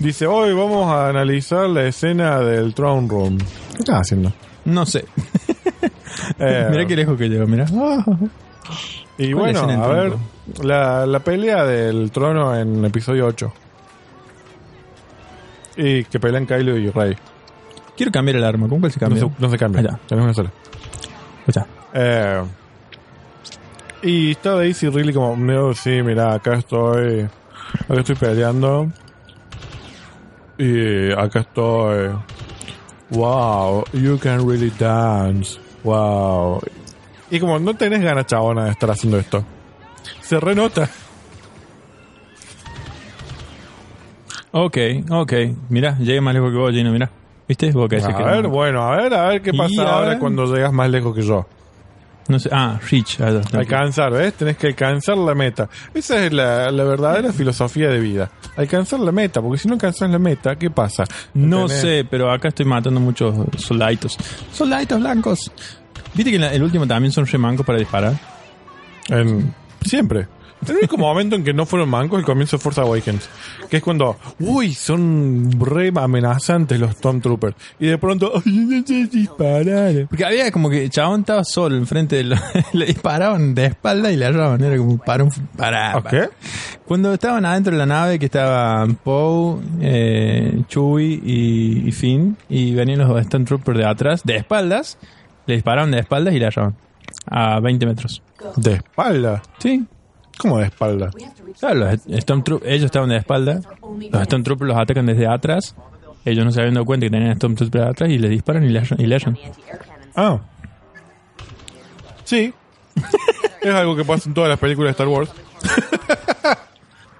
[SPEAKER 1] dice hoy vamos a analizar la escena del Throne Room. ¿Qué estás
[SPEAKER 2] *laughs*
[SPEAKER 1] haciendo?
[SPEAKER 2] No sé.
[SPEAKER 1] Eh,
[SPEAKER 2] *laughs* Mirá qué lejos que llego, mirá. Ah.
[SPEAKER 1] Y
[SPEAKER 2] ¿Cuál
[SPEAKER 1] bueno,
[SPEAKER 2] escena en
[SPEAKER 1] a ver,
[SPEAKER 2] tronco?
[SPEAKER 1] la, la pelea del trono en episodio 8. Y que pelean Kylo y Rey.
[SPEAKER 2] Quiero cambiar el arma. ¿Cómo que se
[SPEAKER 1] No
[SPEAKER 2] cambia?
[SPEAKER 1] se, no se cambia.
[SPEAKER 2] Allá.
[SPEAKER 1] Tenemos una sola.
[SPEAKER 2] Escucha.
[SPEAKER 1] Eh, y está Daisy Ridley como, no, sí, mira, acá estoy. Acá estoy peleando. Y acá estoy. Wow, you can really dance. Wow. Y como, no tenés ganas, chabona, de estar haciendo esto. Se renota.
[SPEAKER 2] Ok, ok. Mirá, llegué más lejos que vos, Gino, mirá. ¿Viste? Vos que decís
[SPEAKER 1] a
[SPEAKER 2] que
[SPEAKER 1] ver,
[SPEAKER 2] no.
[SPEAKER 1] bueno, a ver, a ver qué
[SPEAKER 2] Y
[SPEAKER 1] pasa
[SPEAKER 2] a
[SPEAKER 1] ahora
[SPEAKER 2] ver.
[SPEAKER 1] cuando llegas más lejos que yo.
[SPEAKER 2] No sé. Ah, Rich. allá.
[SPEAKER 1] Alcanzar, ¿ves? Tenés que alcanzar la meta. Esa es la, la verdadera filosofía de vida. Alcanzar la meta, porque si no alcanzas la meta, ¿qué pasa?
[SPEAKER 2] No
[SPEAKER 1] Tenés-
[SPEAKER 2] sé, pero acá estoy matando muchos soldaditos. Soldaditos blancos. ¿Viste que en la- el último también son remancos para disparar?
[SPEAKER 1] en- siempre. El único momento en que no fueron mancos es el comienzo de Forza Awakens. Que es cuando, uy, son re amenazantes los Stormtroopers. Y de pronto, *laughs* ay, no sé disparar.
[SPEAKER 2] Porque había como que el chabón estaba solo enfrente de lo- *laughs* le disparaban de espalda y le erraban, era como para un para.
[SPEAKER 1] ¿A qué?
[SPEAKER 2] Cuando estaban adentro de la nave que estaban Poe, eh, Chewie y, y Finn y venían los Stormtroopers de atrás, de espaldas, le dispararon de espaldas y le erraban a 20 metros.
[SPEAKER 1] De espalda.
[SPEAKER 2] Sí.
[SPEAKER 1] ¿Cómo de espalda?
[SPEAKER 3] We have to reach
[SPEAKER 2] Claro, Ah, los Stormtroopers, ellos estaban de espalda, los Stormtroopers los atacan desde atrás, ellos no se habían dado cuenta que tenían Stormtroopers atrás y les disparan y le erran- y le erran.
[SPEAKER 1] Ah. Sí. *laughs* es algo que pasa en todas las películas de Star Wars.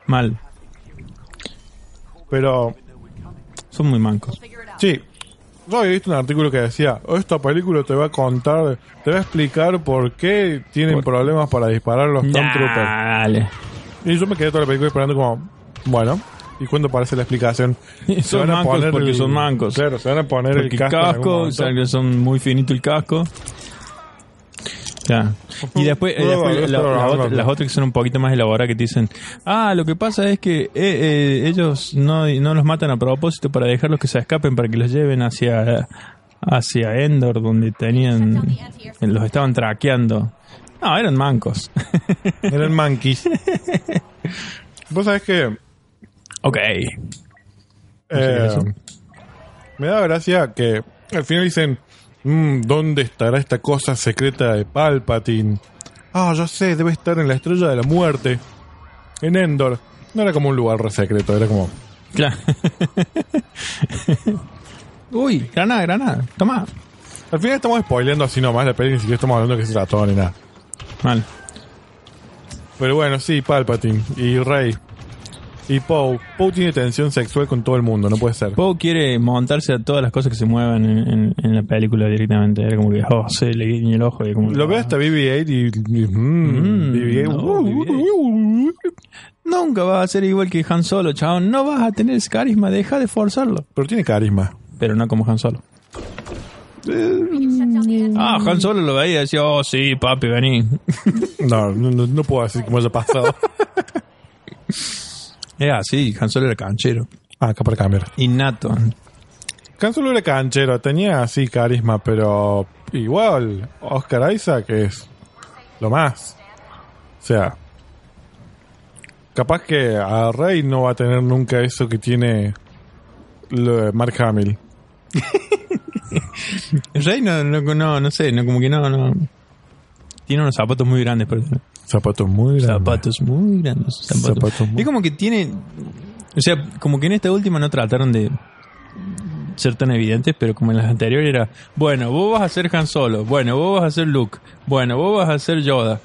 [SPEAKER 2] Mal,
[SPEAKER 1] Pero,
[SPEAKER 2] son muy mancos.
[SPEAKER 1] sí. Yo había visto un artículo que decía, "Oh, esta película te va a contar, te va a explicar por qué tienen problemas para disparar los Stormtroopers.
[SPEAKER 2] Dale.
[SPEAKER 1] Y yo me quedé toda la película esperando como, Bueno, ¿y cuándo aparece la explicación?
[SPEAKER 2] *laughs* *laughs* Son
[SPEAKER 1] Se van a
[SPEAKER 2] mancos
[SPEAKER 1] poner
[SPEAKER 2] porque son mancos.
[SPEAKER 1] Claro, se van a poner
[SPEAKER 2] Porque
[SPEAKER 1] el casco. en algún
[SPEAKER 2] casco, o
[SPEAKER 1] momento.
[SPEAKER 2] sea, que son muy finito el casco. Ya. Y después, eh,
[SPEAKER 1] No,
[SPEAKER 2] después
[SPEAKER 1] no,
[SPEAKER 2] la-
[SPEAKER 1] no,
[SPEAKER 2] la
[SPEAKER 1] no,
[SPEAKER 2] otra-
[SPEAKER 1] no.
[SPEAKER 2] las otras que son un poquito más elaboradas que te dicen, ah, lo que pasa es que eh, eh, ellos no, no los matan a propósito para dejarlos que se escapen, para que los lleven hacia, hacia Endor, donde tenían, los estaban traqueando. No, eran mancos. *laughs*
[SPEAKER 1] Eran manquis. Vos sabés que
[SPEAKER 2] ok.
[SPEAKER 1] eh,
[SPEAKER 2] eso.
[SPEAKER 1] me da gracia que al final dicen, "Mm, ¿dónde estará esta cosa secreta de Palpatine? Ah, ya sé, debe estar en la estrella de la muerte, en Endor. No era como un lugar re secreto, era como...
[SPEAKER 2] Claro. *laughs* Uy, granada, granada. Toma.
[SPEAKER 1] Al final estamos spoileando así nomás la peli, ni siquiera estamos hablando de que se trató ni nada.
[SPEAKER 2] Mal.
[SPEAKER 1] Pero bueno, sí, Palpatine y Rey. Y Poe. Poe tiene tensión sexual con todo el mundo, no puede ser.
[SPEAKER 2] Poe quiere montarse a todas las cosas que se muevan en, en- en la película directamente. Era como que, oh, se le guiña el ojo. Y como,
[SPEAKER 1] Lo veo hasta BB-8 y... y- mm,
[SPEAKER 2] Mm,
[SPEAKER 1] BB-8.
[SPEAKER 2] no,
[SPEAKER 1] uh,
[SPEAKER 2] Nunca vas a ser igual que Han Solo, chabón. No vas a tener ese carisma, deja de forzarlo.
[SPEAKER 1] Pero tiene carisma.
[SPEAKER 2] Pero no como Han Solo. Ah, Han Solo lo veía y decía, oh, sí, papi, vení.
[SPEAKER 1] No, no, no- no puedo decir cómo haya pasado.
[SPEAKER 2] Era así, Han Solo era canchero.
[SPEAKER 1] *laughs* ah, acá para cambiar.
[SPEAKER 2] Innato.
[SPEAKER 1] Han Solo era canchero, tenía así carisma, pero igual, Oscar Isaac es lo más. O sea, capaz que a Rey no va a tener nunca eso que tiene lo de Mark Hamill.
[SPEAKER 2] El rey no, no, no, no sé, no, como que no, no. Tiene unos zapatos muy grandes, pero...
[SPEAKER 1] Zapatos muy grandes.
[SPEAKER 2] Zapatos muy grandes. Zapatos.
[SPEAKER 1] Zapatos muy-
[SPEAKER 2] Es como que tiene. O sea, como que en esta última no trataron de ser tan evidentes, pero como en las anteriores era, bueno, vos vas a ser Han Solo, bueno, vos vas a ser Luke, bueno, vos vas a ser Yoda.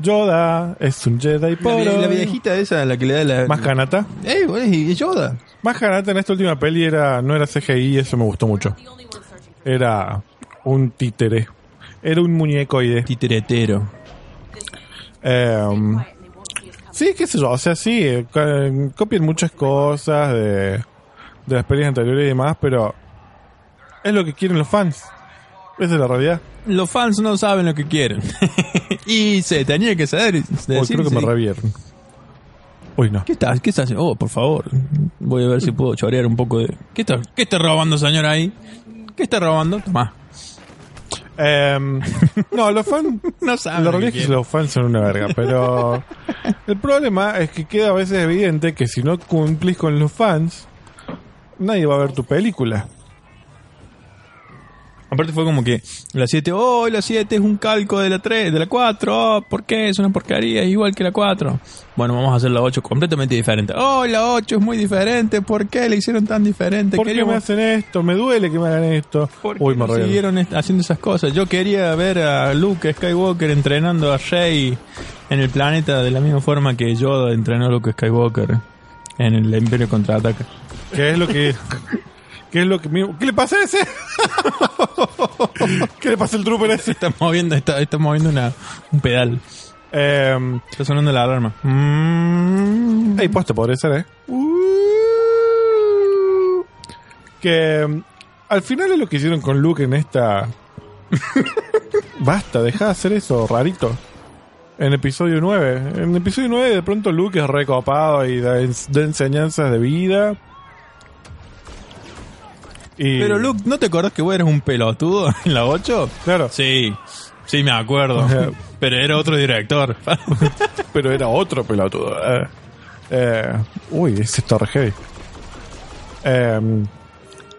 [SPEAKER 1] Yoda es un Jedi por hoy.
[SPEAKER 2] esa, la que le da la...
[SPEAKER 1] Más Kanata.
[SPEAKER 2] ¡Ey, güey, es Yoda!
[SPEAKER 1] Más Kanata en esta última peli era, no era CGI, eso me gustó mucho. Era un títere. Era un muñecoide.
[SPEAKER 2] Titeretero.
[SPEAKER 1] Eh, sí, qué sé yo. O sea, sí, eh, co- copian muchas cosas de, de las pelis anteriores y demás, pero es lo que quieren los fans. Esa es la realidad.
[SPEAKER 2] Los fans no saben lo que quieren. *laughs* y se tenía que saber.
[SPEAKER 1] Hoy
[SPEAKER 2] decir,
[SPEAKER 1] creo que me
[SPEAKER 2] sí.
[SPEAKER 1] revierten. Uy, no.
[SPEAKER 2] ¿Qué estás? ¿Qué estás haciendo? Oh, por favor. Voy a ver si puedo chorear un poco de. ¿Qué está, qué está robando, señor ahí? ¿Qué está robando? Tomá.
[SPEAKER 1] Eh, *laughs* no, los fans
[SPEAKER 2] No
[SPEAKER 1] La
[SPEAKER 2] sabe.
[SPEAKER 1] realidad es que los fans son una verga, pero el problema es que queda a veces evidente que si no cumplís con los fans, nadie va a ver tu película.
[SPEAKER 2] Aparte fue como que la 7, oh, la 7 es un calco de la 3, de la 4, oh, ¿por qué? Es una porquería, es igual que la 4. Bueno, vamos a hacer la 8 completamente diferente. Oh, la 8 es muy diferente, ¿por qué le hicieron tan diferente?
[SPEAKER 1] ¿Por qué
[SPEAKER 2] Queríamos-
[SPEAKER 1] me hacen esto? Me duele que me hagan esto.
[SPEAKER 2] ¿Por qué
[SPEAKER 1] Uy, me
[SPEAKER 2] no
[SPEAKER 1] reí.
[SPEAKER 2] siguieron est- haciendo esas cosas? Yo quería ver a Luke Skywalker entrenando a Rey en el planeta de la misma forma que Yoda entrenó a Luke Skywalker en el Imperio Contraataca. *laughs*
[SPEAKER 1] ¿Qué es lo que... ¿Qué es lo que... mismo- ¿Qué le pasa a ese? ¿Qué le pasa al trooper ese?
[SPEAKER 2] Está moviendo, está, está moviendo una, un pedal.
[SPEAKER 1] Eh,
[SPEAKER 2] Está sonando la alarma. Mm.
[SPEAKER 1] Ey, posta, podría ser, ¿eh? Uh, Que mm, al final es lo que hicieron con Luke en esta. *laughs* Basta, deja de hacer eso, rarito. En episodio 9. En episodio 9 de pronto Luke es recopado y da, ens- da enseñanzas de vida. Y-
[SPEAKER 2] Pero Luke, ¿no te acordás que vos eres un pelotudo *laughs* en la 8?
[SPEAKER 1] Claro,
[SPEAKER 2] Sí, sí me acuerdo.
[SPEAKER 1] Ajá.
[SPEAKER 2] Pero era otro *laughs* director.
[SPEAKER 1] pero era otro pelotudo. Eh, eh, uy, ese está re heavy. Eh,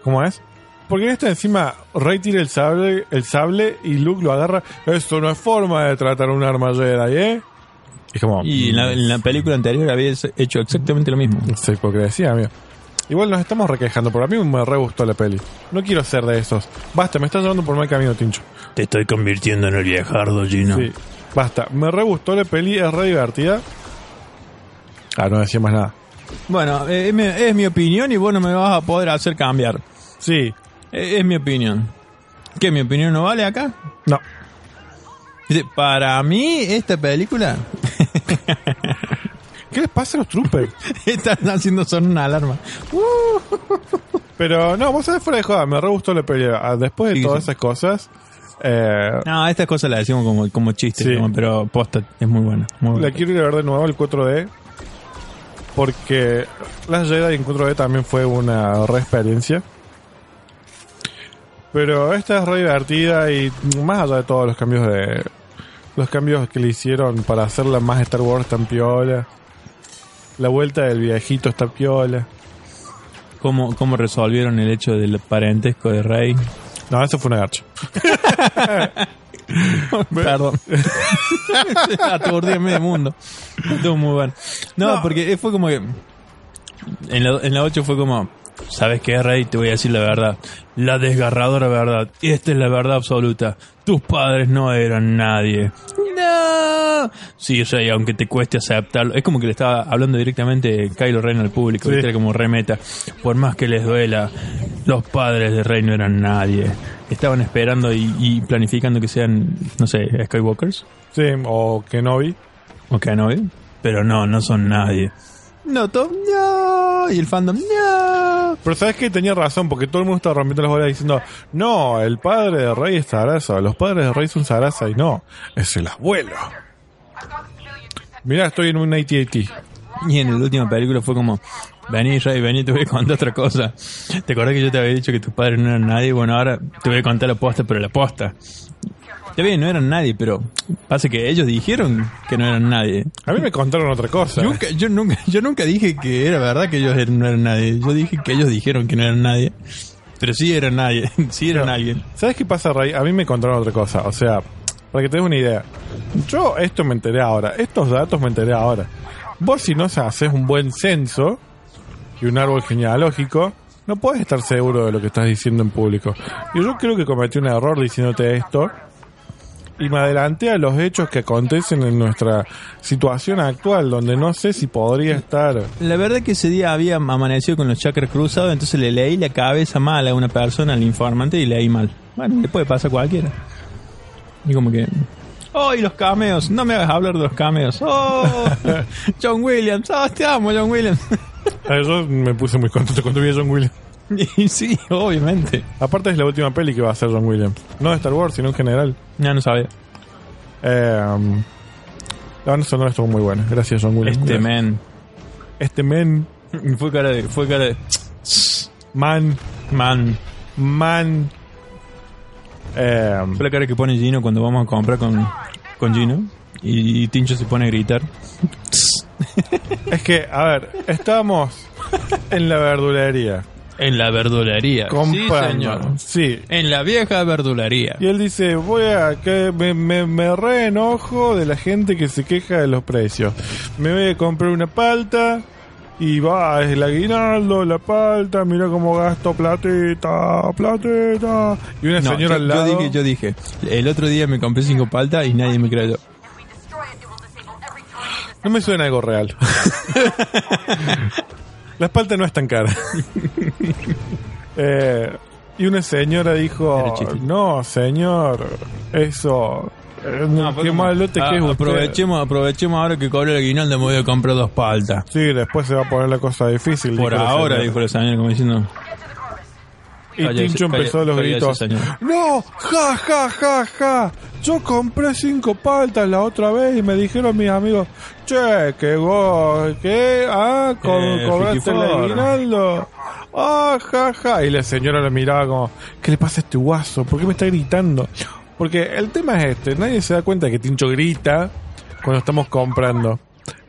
[SPEAKER 1] ¿Cómo es? Porque en esta encima Rey tira el sable, el sable y Luke lo agarra. Esto no es forma de tratar un arma Jedi, ¿eh? Es como... mm,
[SPEAKER 2] y en la, en la película anterior habías hecho exactamente lo mismo.
[SPEAKER 1] Esa hipocresía, amigo. Igual nos estamos requejando, pero a mí me re gustó la peli. No quiero ser de esos. Basta, me estás llevando por mal camino, Tincho.
[SPEAKER 2] Te estoy convirtiendo en el viejardo, Gino.
[SPEAKER 1] Sí, basta. Me re gustó la peli, es re divertida. Ah, no decía más nada.
[SPEAKER 2] Bueno, eh, es mi, es mi opinión y vos no me vas a poder hacer cambiar.
[SPEAKER 1] Sí,
[SPEAKER 2] Eh, es mi opinión. ¿Qué, mi opinión no vale acá?
[SPEAKER 1] no.
[SPEAKER 2] Dice, Para mí, esta película
[SPEAKER 1] ¿Qué les pasa a los troopers?
[SPEAKER 2] *laughs* Están haciendo son una alarma.
[SPEAKER 1] Pero no, vos sabés fuera de joda, me re gustó la pelea. Ah, Después de
[SPEAKER 2] Sí,
[SPEAKER 1] todas
[SPEAKER 2] sí.
[SPEAKER 1] esas cosas, eh,
[SPEAKER 2] No, estas cosas las decimos como, como chistes,
[SPEAKER 1] Sí.
[SPEAKER 2] como- pero posta, es muy buena. Muy buena.
[SPEAKER 1] la quiero ir a ver de nuevo el 4D. Porque las Jedi en 4D también fue una re experiencia. Pero esta es re divertida y más allá de todos los cambios de. Los cambios que le hicieron para hacerla más Star Wars tan piola. La vuelta del viejito está piola.
[SPEAKER 2] ¿Cómo, cómo resolvieron el hecho del parentesco
[SPEAKER 1] *laughs*
[SPEAKER 2] de Rey?
[SPEAKER 1] No, eso fue una garcha.
[SPEAKER 2] Perdón. *laughs* Aturdí en medio mundo. Estuvo muy bueno. No,
[SPEAKER 1] No.
[SPEAKER 2] porque fue como que. En la, en la 8 fue como. ¿Sabes qué, Rey? Te voy a decir la verdad. La desgarradora verdad. Esta es la verdad absoluta. Tus padres no eran nadie. ¡No! Sí, o sea, y aunque te cueste aceptarlo. Es como que le estaba hablando directamente Kylo Ren al público.
[SPEAKER 1] Sí.
[SPEAKER 2] ¿viste? Era como remeta. Por más que les duela, los padres de Rey no eran nadie. Estaban esperando y, y planificando que sean, no sé, Skywalkers
[SPEAKER 1] Sí, o Kenobi.
[SPEAKER 2] o Kenobi. Pero no, no son nadie. No, Tom, no. Y el fandom, no.
[SPEAKER 1] Pero sabes que tenía razón, porque todo el mundo está rompiendo las bolas diciendo, no, el padre de Rey es Sarasa, los padres de Rey son Sarasa y no, es el abuelo. Mira, estoy en un ATT.
[SPEAKER 2] Y en la última película fue como, vení Rey, vení, te voy a contar otra cosa. ¿Te acordás que yo te había dicho que tus padres no eran nadie? Bueno, ahora te voy a contar la posta, pero la posta. Está bien, no eran nadie, pero pasa que ellos dijeron que no eran nadie.
[SPEAKER 1] A mí me contaron otra cosa.
[SPEAKER 2] Nunca, yo nunca, yo nunca dije que era verdad que ellos eran- no eran nadie. Yo dije que ellos dijeron que no eran nadie. Pero sí eran nadie, *laughs* sí eran alguien.
[SPEAKER 1] ¿Sabes qué pasa, Rey? A mí me contaron otra cosa. O sea, para que te des una idea. Yo esto me enteré ahora. Estos datos me enteré ahora. Vos si no haces un buen censo y un árbol genealógico, no puedes estar seguro de lo que estás diciendo en público. Y yo creo que cometí un error diciéndote esto. Y me adelanté a los hechos que acontecen en nuestra situación actual, donde no sé si podría estar...
[SPEAKER 2] La verdad que ese día había amanecido con los chakras cruzados, entonces le leí la cabeza mal a una persona, al informante, y leí mal. Bueno, le puede pasar a cualquiera. Y como que... ¡Oh, y los cameos! No me hagas hablar de los cameos. *laughs* ¡Oh! John Williams. ¡Ah, te amo, John Williams! *laughs*
[SPEAKER 1] Eh, Yo me puse muy contento cuando vi a John Williams.
[SPEAKER 2] y sí, obviamente.
[SPEAKER 1] Aparte es la última peli que va a hacer John Williams. No de Star Wars, sino en general.
[SPEAKER 2] Ya no sabía.
[SPEAKER 1] Eh, la banda sonora estuvo muy buena. Gracias, John Williams.
[SPEAKER 2] Este
[SPEAKER 1] Gracias.
[SPEAKER 2] men.
[SPEAKER 1] Este men.
[SPEAKER 2] Fue cara de... Fue cara de...
[SPEAKER 1] Man.
[SPEAKER 2] Man.
[SPEAKER 1] Man. Eh,
[SPEAKER 2] Fue la cara que pone Gino cuando vamos a comprar con, con Gino. Y, y Tincho se pone a gritar.
[SPEAKER 1] es que, a ver, estábamos en la verdulería.
[SPEAKER 2] En la verdularía.
[SPEAKER 1] Comprando. Sí.
[SPEAKER 2] En la vieja verdularía.
[SPEAKER 1] Y él dice, voy a que me, me, me re enojo de la gente que se queja de los precios. Me voy a comprar una palta y va, es el aguinaldo, la palta, mira cómo gasto platita, platita. Y una
[SPEAKER 2] No,
[SPEAKER 1] señora
[SPEAKER 2] yo,
[SPEAKER 1] al
[SPEAKER 2] yo
[SPEAKER 1] lado.
[SPEAKER 2] dije, yo dije, el otro día me compré cinco paltas y nadie me creyó.
[SPEAKER 1] No me suena algo real. la espalda no es tan cara. Eh, y una señora
[SPEAKER 2] Era
[SPEAKER 1] dijo,
[SPEAKER 2] chiste.
[SPEAKER 1] no, señor, eso... eh, qué malote
[SPEAKER 2] Ah,
[SPEAKER 1] que es usted".
[SPEAKER 2] aprovechemos, aprovechemos ahora que cobro el aguinaldo, me voy a comprar dos paltas.
[SPEAKER 1] Sí, después se va a poner la cosa difícil.
[SPEAKER 2] Por
[SPEAKER 1] dijo la
[SPEAKER 2] ahora,
[SPEAKER 1] señora.
[SPEAKER 2] dijo la señora, como diciendo,
[SPEAKER 1] Y
[SPEAKER 2] Cállese,
[SPEAKER 1] Tincho empezó
[SPEAKER 2] cállese,
[SPEAKER 1] los
[SPEAKER 2] cállese,
[SPEAKER 1] gritos.
[SPEAKER 2] señora.
[SPEAKER 1] No, ja, ja, ja, ja. Yo compré cinco paltas la otra vez y me dijeron mis amigos, che, que vos, que, ah, co-
[SPEAKER 2] Eh,
[SPEAKER 1] cobraste el
[SPEAKER 2] Riquifor.
[SPEAKER 1] aguinaldo. Ah, ja, ja. Y la señora lo miraba como, ¿qué le pasa a este guaso? ¿Por qué me está gritando? Porque el tema es este, nadie se da cuenta que Tincho grita cuando estamos comprando.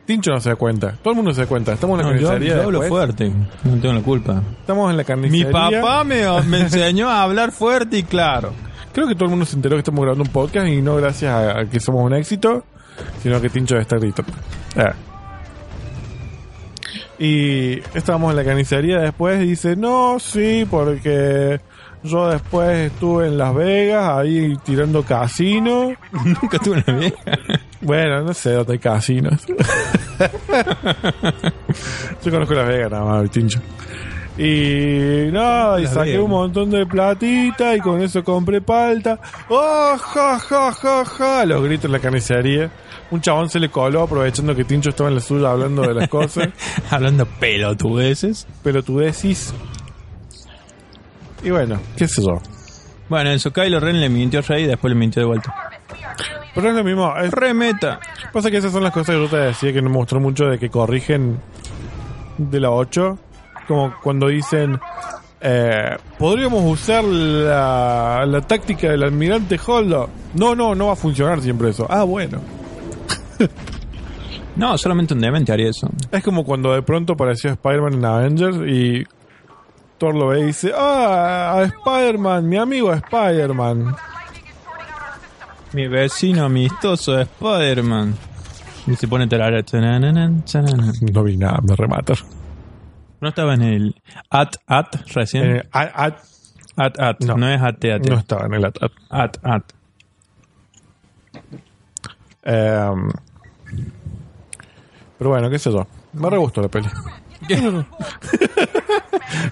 [SPEAKER 1] Tincho no se da cuenta, todo el mundo se da cuenta. Estamos en la
[SPEAKER 2] "No, yo,
[SPEAKER 1] carnicería.
[SPEAKER 2] yo hablo
[SPEAKER 1] después.
[SPEAKER 2] fuerte, no tengo la culpa.
[SPEAKER 1] Estamos en la
[SPEAKER 2] Mi
[SPEAKER 1] carnicería.
[SPEAKER 2] papá me, me enseñó a hablar fuerte y claro. *laughs*
[SPEAKER 1] Creo que todo el mundo se enteró que estamos grabando un podcast y no gracias a, a que somos un éxito, sino que Tincho está gritando. Ah. Y estábamos en la carnicería después y dice, no, sí, porque yo después estuve en Las Vegas ahí tirando casino.
[SPEAKER 2] Nunca tuve una vieja. *laughs*
[SPEAKER 1] Bueno, no sé dónde hay casinos. Yo conozco Las Vegas nada más, Tincho. Y nada, y
[SPEAKER 2] Las
[SPEAKER 1] saqué
[SPEAKER 2] veo.
[SPEAKER 1] un montón de platita y con eso compré palta. ¡Oh, ja, ja, ja, ja! Los gritos en la carnicería. Un chabón se le coló aprovechando que Tincho estaba en la suya hablando de las cosas.
[SPEAKER 2] Hablando pelotudeces.
[SPEAKER 1] Pero tú decís... Y bueno, qué sé yo.
[SPEAKER 2] Bueno, en su Kylo Ren le mintió a Rey y después le mintió de vuelta.
[SPEAKER 1] Pero es lo mismo. es-
[SPEAKER 2] Remeta.
[SPEAKER 1] Pasa que esas son las cosas que yo te decía que no me gustó mucho de que corrigen de la 8. Como cuando dicen, eh, podríamos usar la, la táctica del almirante Holdo. No, no, no va a funcionar siempre eso. Ah, bueno.
[SPEAKER 2] No, solamente un demente haría eso.
[SPEAKER 1] Es como cuando de pronto apareció Spider-Man en Avengers y Thor lo ve y dice, ah, a Spider-Man, mi amigo Spider-Man.
[SPEAKER 2] Mi vecino amistoso, Spider-Man. Y se pone tarara. tananan, tananan.
[SPEAKER 1] No vi nada, me remata.
[SPEAKER 2] ¿No estaba en el at at recién?
[SPEAKER 1] Eh, a- a-
[SPEAKER 2] at at,
[SPEAKER 1] no.
[SPEAKER 2] no, es at at.
[SPEAKER 1] no estaba en el atrás.
[SPEAKER 2] At at.
[SPEAKER 1] Eh, pero bueno, qué sé yo. Me re gustó la peli.
[SPEAKER 2] *laughs*
[SPEAKER 1] *laughs*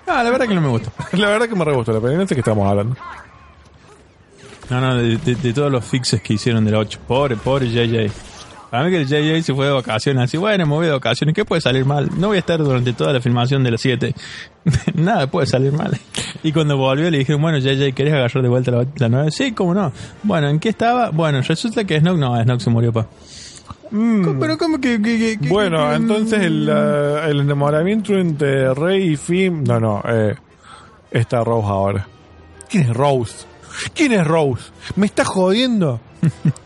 [SPEAKER 2] Ah, la verdad que no me gusta.
[SPEAKER 1] La verdad que me re gustó la peli. No sé qué estamos hablando.
[SPEAKER 2] No, no, de, de- de todos los fixes que hicieron del 8. Pobre, pobre JJ. Para mí que el JJ se fue de vacaciones. Así, bueno, me voy de vacaciones. ¿Qué puede salir mal? No voy a estar durante toda la filmación de las 7. *laughs* Nada puede salir mal. Y cuando volvió le dijeron, bueno, JJ, ¿querés agarrar de vuelta la, la 9? Sí, cómo no. Bueno, ¿en qué estaba? Bueno, resulta que Snoke no, Snoke se murió, pa. ¿Cómo- Pero ¿cómo que...? que- que- que-
[SPEAKER 1] Bueno,
[SPEAKER 2] que-
[SPEAKER 1] entonces el, eh, el enamoramiento entre Rey y Finn. No, no. Eh, está Rose ahora. ¿Quién es Rose? ¿Quién es Rose? ¿Me estás
[SPEAKER 2] *laughs*
[SPEAKER 1] jodiendo?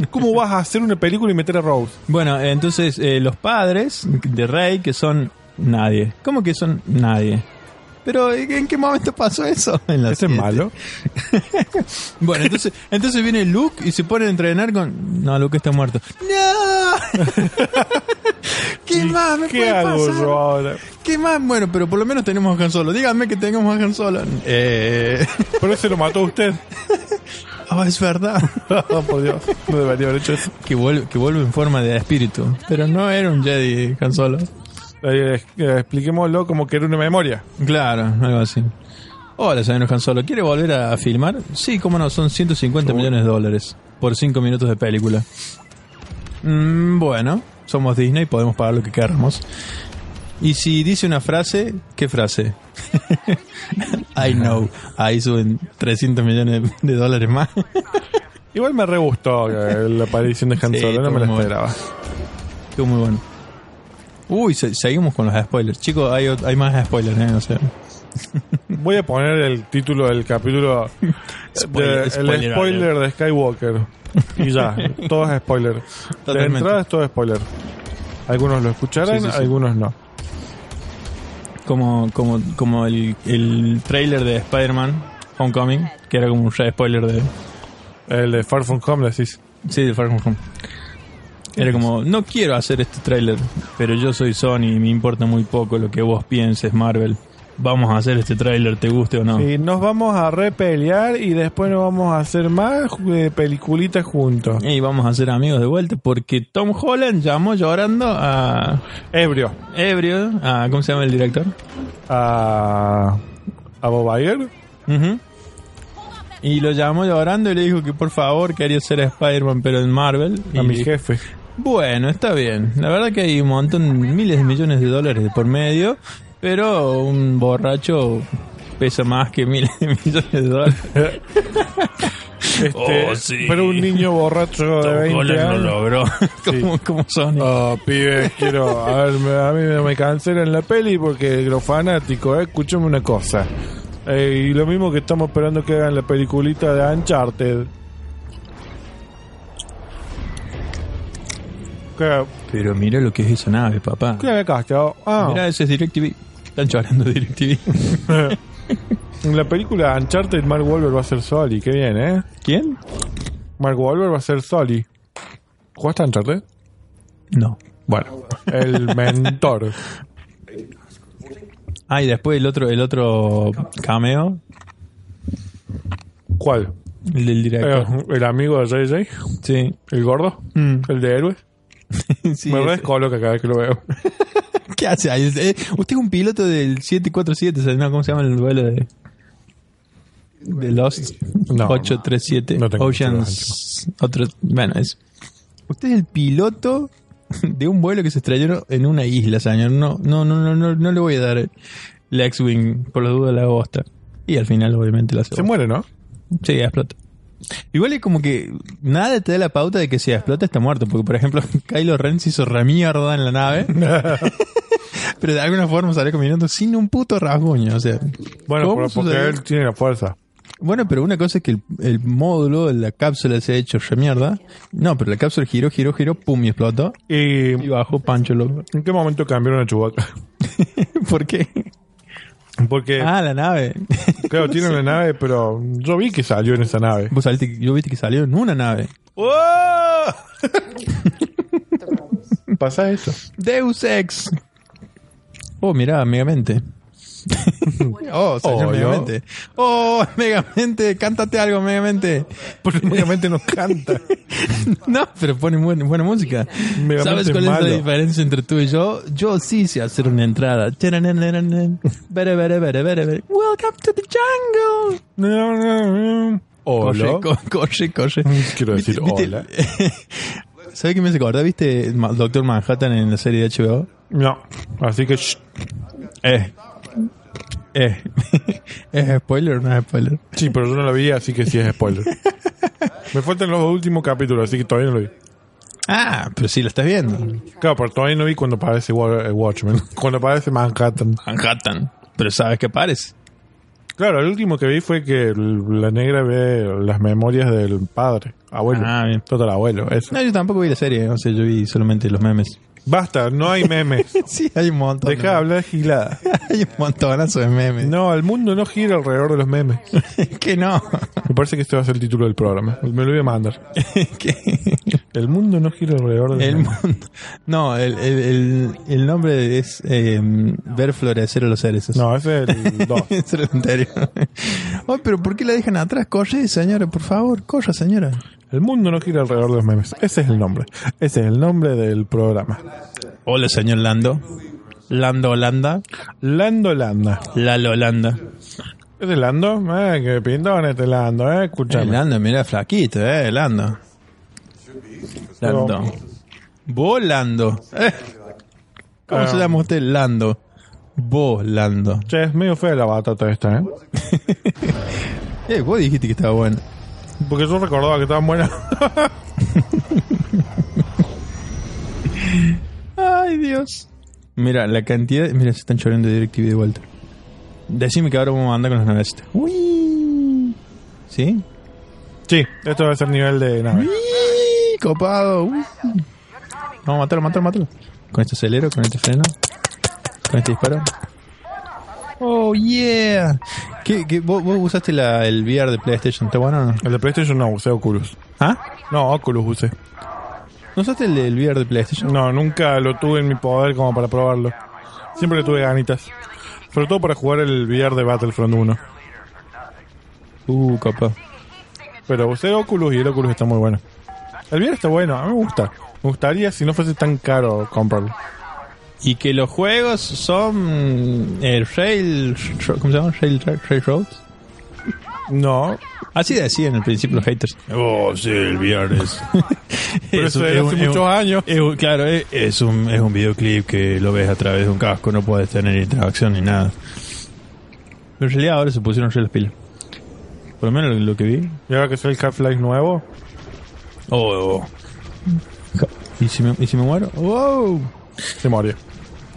[SPEAKER 1] ¿Cómo vas a hacer una película y meter a Rose?
[SPEAKER 2] Bueno, entonces eh, los padres de Rey que son nadie. ¿Cómo que son nadie? Pero ¿en en qué momento pasó eso? *laughs* En la
[SPEAKER 1] ¿Ese Este es
[SPEAKER 2] siete.
[SPEAKER 1] malo?
[SPEAKER 2] *laughs* Bueno, entonces, entonces viene Luke y se pone a entrenar con... No, Luke está muerto. ¡No! *laughs* ¿Qué más Ah, me
[SPEAKER 1] ¿Qué
[SPEAKER 2] puede
[SPEAKER 1] hago
[SPEAKER 2] pasar?
[SPEAKER 1] yo ahora?
[SPEAKER 2] ¿Qué más? Bueno, pero por lo menos tenemos a Han Solo. Díganme que tengamos a Han Solo. Eh... *laughs*
[SPEAKER 1] Pero se lo mató usted.
[SPEAKER 2] oh, es verdad.
[SPEAKER 1] *laughs* Oh, por Dios. No debería haber hecho eso.
[SPEAKER 2] que, vuelve, que vuelve en forma de espíritu. Pero no era un Jedi Han Solo.
[SPEAKER 1] Eh, eh, expliquémoslo como que era una memoria.
[SPEAKER 2] Claro, algo así. Hola, señor Han Solo. ¿Quiere volver a filmar? Sí, cómo no, son 150 millones de dólares por 5 minutos de película. Mm, bueno, somos Disney, podemos pagar lo que queramos. Y si dice una frase, ¿qué frase? *laughs* I know. Ahí suben 300 millones de dólares más.
[SPEAKER 1] Igual me re gustó
[SPEAKER 2] *laughs*
[SPEAKER 1] eh, la aparición de Han
[SPEAKER 2] Sí,
[SPEAKER 1] Solo, no me la
[SPEAKER 2] estuvo muy
[SPEAKER 1] esperaba.
[SPEAKER 2] Estuvo muy bueno. Uy, se- seguimos con los spoilers. Chicos, hay, ot- hay más spoilers, ¿eh? O sea,
[SPEAKER 1] Voy a poner el título del capítulo de-
[SPEAKER 2] Spoiler-
[SPEAKER 1] el
[SPEAKER 2] spoiler
[SPEAKER 1] spoiler, de Skywalker. Y
[SPEAKER 2] *laughs*
[SPEAKER 1] ya, todo es spoiler. La
[SPEAKER 2] Totalmente.
[SPEAKER 1] entrada es todo spoiler. Algunos lo escucharán,
[SPEAKER 2] Sí, sí, sí.
[SPEAKER 1] algunos no.
[SPEAKER 2] como, como, como el, el trailer de Spider-Man Homecoming, que era como un re spoiler de.
[SPEAKER 1] El de Far From Home decís.
[SPEAKER 2] Sí, de Far From Home. Era como, no quiero hacer este trailer, pero yo soy Sony y me importa muy poco lo que vos pienses, Marvel. Vamos a hacer este trailer, te guste o no.
[SPEAKER 1] Y nos vamos a repelear y después nos vamos a hacer más eh, peliculitas juntos.
[SPEAKER 2] Y vamos a ser amigos de vuelta porque Tom Holland llamó llorando a
[SPEAKER 1] Ebrio.
[SPEAKER 2] Ebrio, a, ¿cómo se llama el director?
[SPEAKER 1] A, a Bob Iger.
[SPEAKER 2] Ujú. Y lo llamó llorando y le dijo que por favor quería ser Spider-Man pero en Marvel.
[SPEAKER 1] a
[SPEAKER 2] Y-
[SPEAKER 1] mi jefe.
[SPEAKER 2] Bueno, está bien. La verdad que hay un montón, miles de millones de dólares de por medio, pero un borracho pesa más que miles de *laughs* millones de dólares.
[SPEAKER 1] Este,
[SPEAKER 2] Oh, sí.
[SPEAKER 1] Pero un niño borracho de 20
[SPEAKER 2] Holland lo
[SPEAKER 1] años.
[SPEAKER 2] *laughs* logró. como, como Sonic.
[SPEAKER 1] Ah, pibes, quiero. A, ver, me- a mí me- me cancelan la peli porque los fanáticos, eh, escúchame una cosa. Eh, y lo mismo que estamos esperando que hagan la peliculita de Uncharted. ¿Qué,
[SPEAKER 2] Pero mira lo que es esa nave, papá.
[SPEAKER 1] qué había casteado?
[SPEAKER 2] Mira,
[SPEAKER 1] Ah,
[SPEAKER 2] ese es DirecTV. Están llorando de DirecTV.
[SPEAKER 1] *laughs* en la película Uncharted Mark Wahlberg va a ser Soli, qué bien, ¿eh?
[SPEAKER 2] ¿Quién?
[SPEAKER 1] Mark Wahlberg va a ser Soli. ¿Jugaste a Uncharted?
[SPEAKER 2] No.
[SPEAKER 1] Bueno, el mentor.
[SPEAKER 2] Ah, y después el otro, el otro cameo,
[SPEAKER 1] ¿Cuál?
[SPEAKER 2] el del
[SPEAKER 1] Eh,
[SPEAKER 2] director.
[SPEAKER 1] el amigo de JJ,
[SPEAKER 2] Sí.
[SPEAKER 1] el gordo, el de héroes.
[SPEAKER 2] *laughs* Sí,
[SPEAKER 1] Me
[SPEAKER 2] ese.
[SPEAKER 1] redescoloca cada vez que lo veo.
[SPEAKER 2] *laughs* ¿Qué hace ahí? Eh, usted es un piloto del 747, ¿sabe? No, ¿cómo se llama el vuelo de, de Lost?
[SPEAKER 1] eh, No,
[SPEAKER 2] 837.
[SPEAKER 1] no tengo
[SPEAKER 2] Oceans. Otro, bueno, es. Usted es el piloto *laughs* de un vuelo que se estrelló en una isla, señor. No, no, no, no, no, no le voy a dar la X-Wing, por las dudas la bosta. Y al final, obviamente, la
[SPEAKER 1] Se muere, ¿no?
[SPEAKER 2] Sí, explota. Igual es como que nada te da la pauta de que si explota está muerto, porque por ejemplo *laughs* Kylo Ren se hizo remierda en
[SPEAKER 1] *laughs*
[SPEAKER 2] la nave, pero de alguna forma salió caminando sin un puto rasguño, o sea.
[SPEAKER 1] Bueno, pero
[SPEAKER 2] ¿cómo
[SPEAKER 1] porque
[SPEAKER 2] sucedió?
[SPEAKER 1] él tiene la fuerza.
[SPEAKER 2] Bueno, pero una cosa es que el, el módulo, la cápsula se ha hecho remierda. No, pero la cápsula giró, giró, giró, pum, y explotó.
[SPEAKER 1] ¿Y
[SPEAKER 2] Y bajó Pancho loco.
[SPEAKER 1] en qué momento cambiaron a Chewbacca?
[SPEAKER 2] *laughs*
[SPEAKER 1] *laughs*
[SPEAKER 2] ¿Por qué?
[SPEAKER 1] Porque,
[SPEAKER 2] Ah, la nave.
[SPEAKER 1] claro, *laughs* tiene una nave, pero yo vi que salió en esa nave.
[SPEAKER 2] *laughs* Vos saliste, yo viste que salió en una nave.
[SPEAKER 1] *laughs* ¡Oh! *laughs* Pasa eso.
[SPEAKER 2] Deus Ex. Oh, mirá, Megamente. oh, señor
[SPEAKER 1] Oh, yo.
[SPEAKER 2] Megamente. Oh, Megamente, cántate algo, Megamente.
[SPEAKER 1] Porque obviamente no canta.
[SPEAKER 2] *laughs* No, pero pone buen- buena música.
[SPEAKER 1] Megamente
[SPEAKER 2] ¿Sabes cuál
[SPEAKER 1] es
[SPEAKER 2] es la
[SPEAKER 1] malo.
[SPEAKER 2] diferencia entre tú y yo? Yo sí sé hacer una entrada. Tarananan. Bere, bere, bere, bere, bere. Welcome to the jungle.
[SPEAKER 1] No, no, no.
[SPEAKER 2] Corre,
[SPEAKER 1] Hola.
[SPEAKER 2] co- corre, corre.
[SPEAKER 1] Quiero decir
[SPEAKER 2] ¿Viste- *laughs*
[SPEAKER 1] hola.
[SPEAKER 2] ¿Sabes qué me hace acordar? ¿Viste Ma- Doctor Manhattan en la serie de HBO?
[SPEAKER 1] No, así que shh.
[SPEAKER 2] Eh. Eh. *laughs* ¿Es spoiler o no es spoiler?
[SPEAKER 1] sí, pero yo no lo vi, así que sí es *laughs* spoiler. Me faltan los últimos capítulos, así que todavía no lo vi.
[SPEAKER 2] Ah, pero sí lo estás viendo.
[SPEAKER 1] Claro, pero todavía no vi cuando aparece Wa- eh, Watchmen, *laughs* cuando aparece Manhattan.
[SPEAKER 2] Manhattan. Pero sabes que pares.
[SPEAKER 1] Claro, el último que vi fue que l- la negra ve las memorias del padre, abuelo.
[SPEAKER 2] Ah, bien.
[SPEAKER 1] Total abuelo, eso.
[SPEAKER 2] No, yo tampoco vi la serie. O sea, yo vi solamente los memes.
[SPEAKER 1] Basta, no hay memes.
[SPEAKER 2] *laughs* Sí, hay un montón.
[SPEAKER 1] Deja de hablar gilada.
[SPEAKER 2] *laughs* Hay un montonazo de memes.
[SPEAKER 1] No, el mundo no gira alrededor de los memes.
[SPEAKER 2] *laughs* que no.
[SPEAKER 1] Me parece que este va a ser el título del programa. Me lo voy a mandar.
[SPEAKER 2] *laughs* Que-
[SPEAKER 1] El mundo no gira alrededor de
[SPEAKER 2] El
[SPEAKER 1] los memes.
[SPEAKER 2] mundo. No, el, el, el, el nombre es eh, Ver florecer a los cerezos. *laughs*
[SPEAKER 1] No, ese es el 2.
[SPEAKER 2] Eso era lo anterior. Ay, pero ¿por qué la dejan atrás? Corre, señora, por favor, corra, señora.
[SPEAKER 1] El mundo no gira alrededor de los memes. Ese es el nombre. Ese es el nombre del programa.
[SPEAKER 2] Hola, señor Lando. Lando Holanda.
[SPEAKER 1] Lando Landa.
[SPEAKER 2] Lalo Holanda.
[SPEAKER 1] ¿Es de Lando? Eh, qué pintón este Lando, eh. Escuchame.
[SPEAKER 2] Lando, mira, flaquito, eh, Lando. Lando. Volando. Eh, ¿Cómo se
[SPEAKER 1] Ah.
[SPEAKER 2] llama usted? Lando. Volando.
[SPEAKER 1] Che, es medio fea la batata esta, eh.
[SPEAKER 2] Eh, vos dijiste que estaba bueno.
[SPEAKER 1] Porque yo recordaba que estaban buenas. *laughs*
[SPEAKER 2] Ay, Dios. Mira, la cantidad. Mira, se están llorando de DirecTV de vuelta. Decime que ahora vamos a andar con las navecitas. Uy. ¿Sí?
[SPEAKER 1] sí, esto va a ser nivel de nave.
[SPEAKER 2] Uy, Copado. Uh. Uy. Vamos, matalo, matalo, matalo. Con este acelero, con este freno. Con este disparo. Oh, yeah. ¿Qué, qué- vos, vos usaste la, el VR de PlayStation? ¿Está bueno o no?
[SPEAKER 1] El de PlayStation no, usé Oculus.
[SPEAKER 2] ¿Ah?
[SPEAKER 1] No, Oculus usé.
[SPEAKER 2] ¿No usaste el, el VR de PlayStation?
[SPEAKER 1] No, nunca lo tuve en mi poder como para probarlo. Siempre le tuve ganitas. Sobre todo para jugar el VR de Battlefront 1.
[SPEAKER 2] Uh, copado.
[SPEAKER 1] Pero usé Oculus y el Oculus está muy bueno. El VR está bueno, a mí me gusta. Me gustaría si no fuese tan caro comprarlo.
[SPEAKER 2] Y que los juegos son eh, rail, ¿cómo se llama? Rail, railroads.
[SPEAKER 1] No,
[SPEAKER 2] Así decían al principio los haters.
[SPEAKER 1] Oh, sí, el viernes. Pero
[SPEAKER 2] Es
[SPEAKER 1] eso
[SPEAKER 2] un-
[SPEAKER 1] era
[SPEAKER 2] es
[SPEAKER 1] hace
[SPEAKER 2] un- es
[SPEAKER 1] muchos
[SPEAKER 2] un-
[SPEAKER 1] años.
[SPEAKER 2] es un- claro, es, es un, es un videoclip que lo ves a través de un casco, no puedes tener interacción ni nada. Pero en realidad ahora se pusieron re las pilas. Por lo menos lo, lo que vi.
[SPEAKER 1] Y ahora que soy el Half-Life nuevo,
[SPEAKER 2] Oh, oh. ¿Y, si me, ¿Y si me muero? ¡Wow!
[SPEAKER 1] se murió.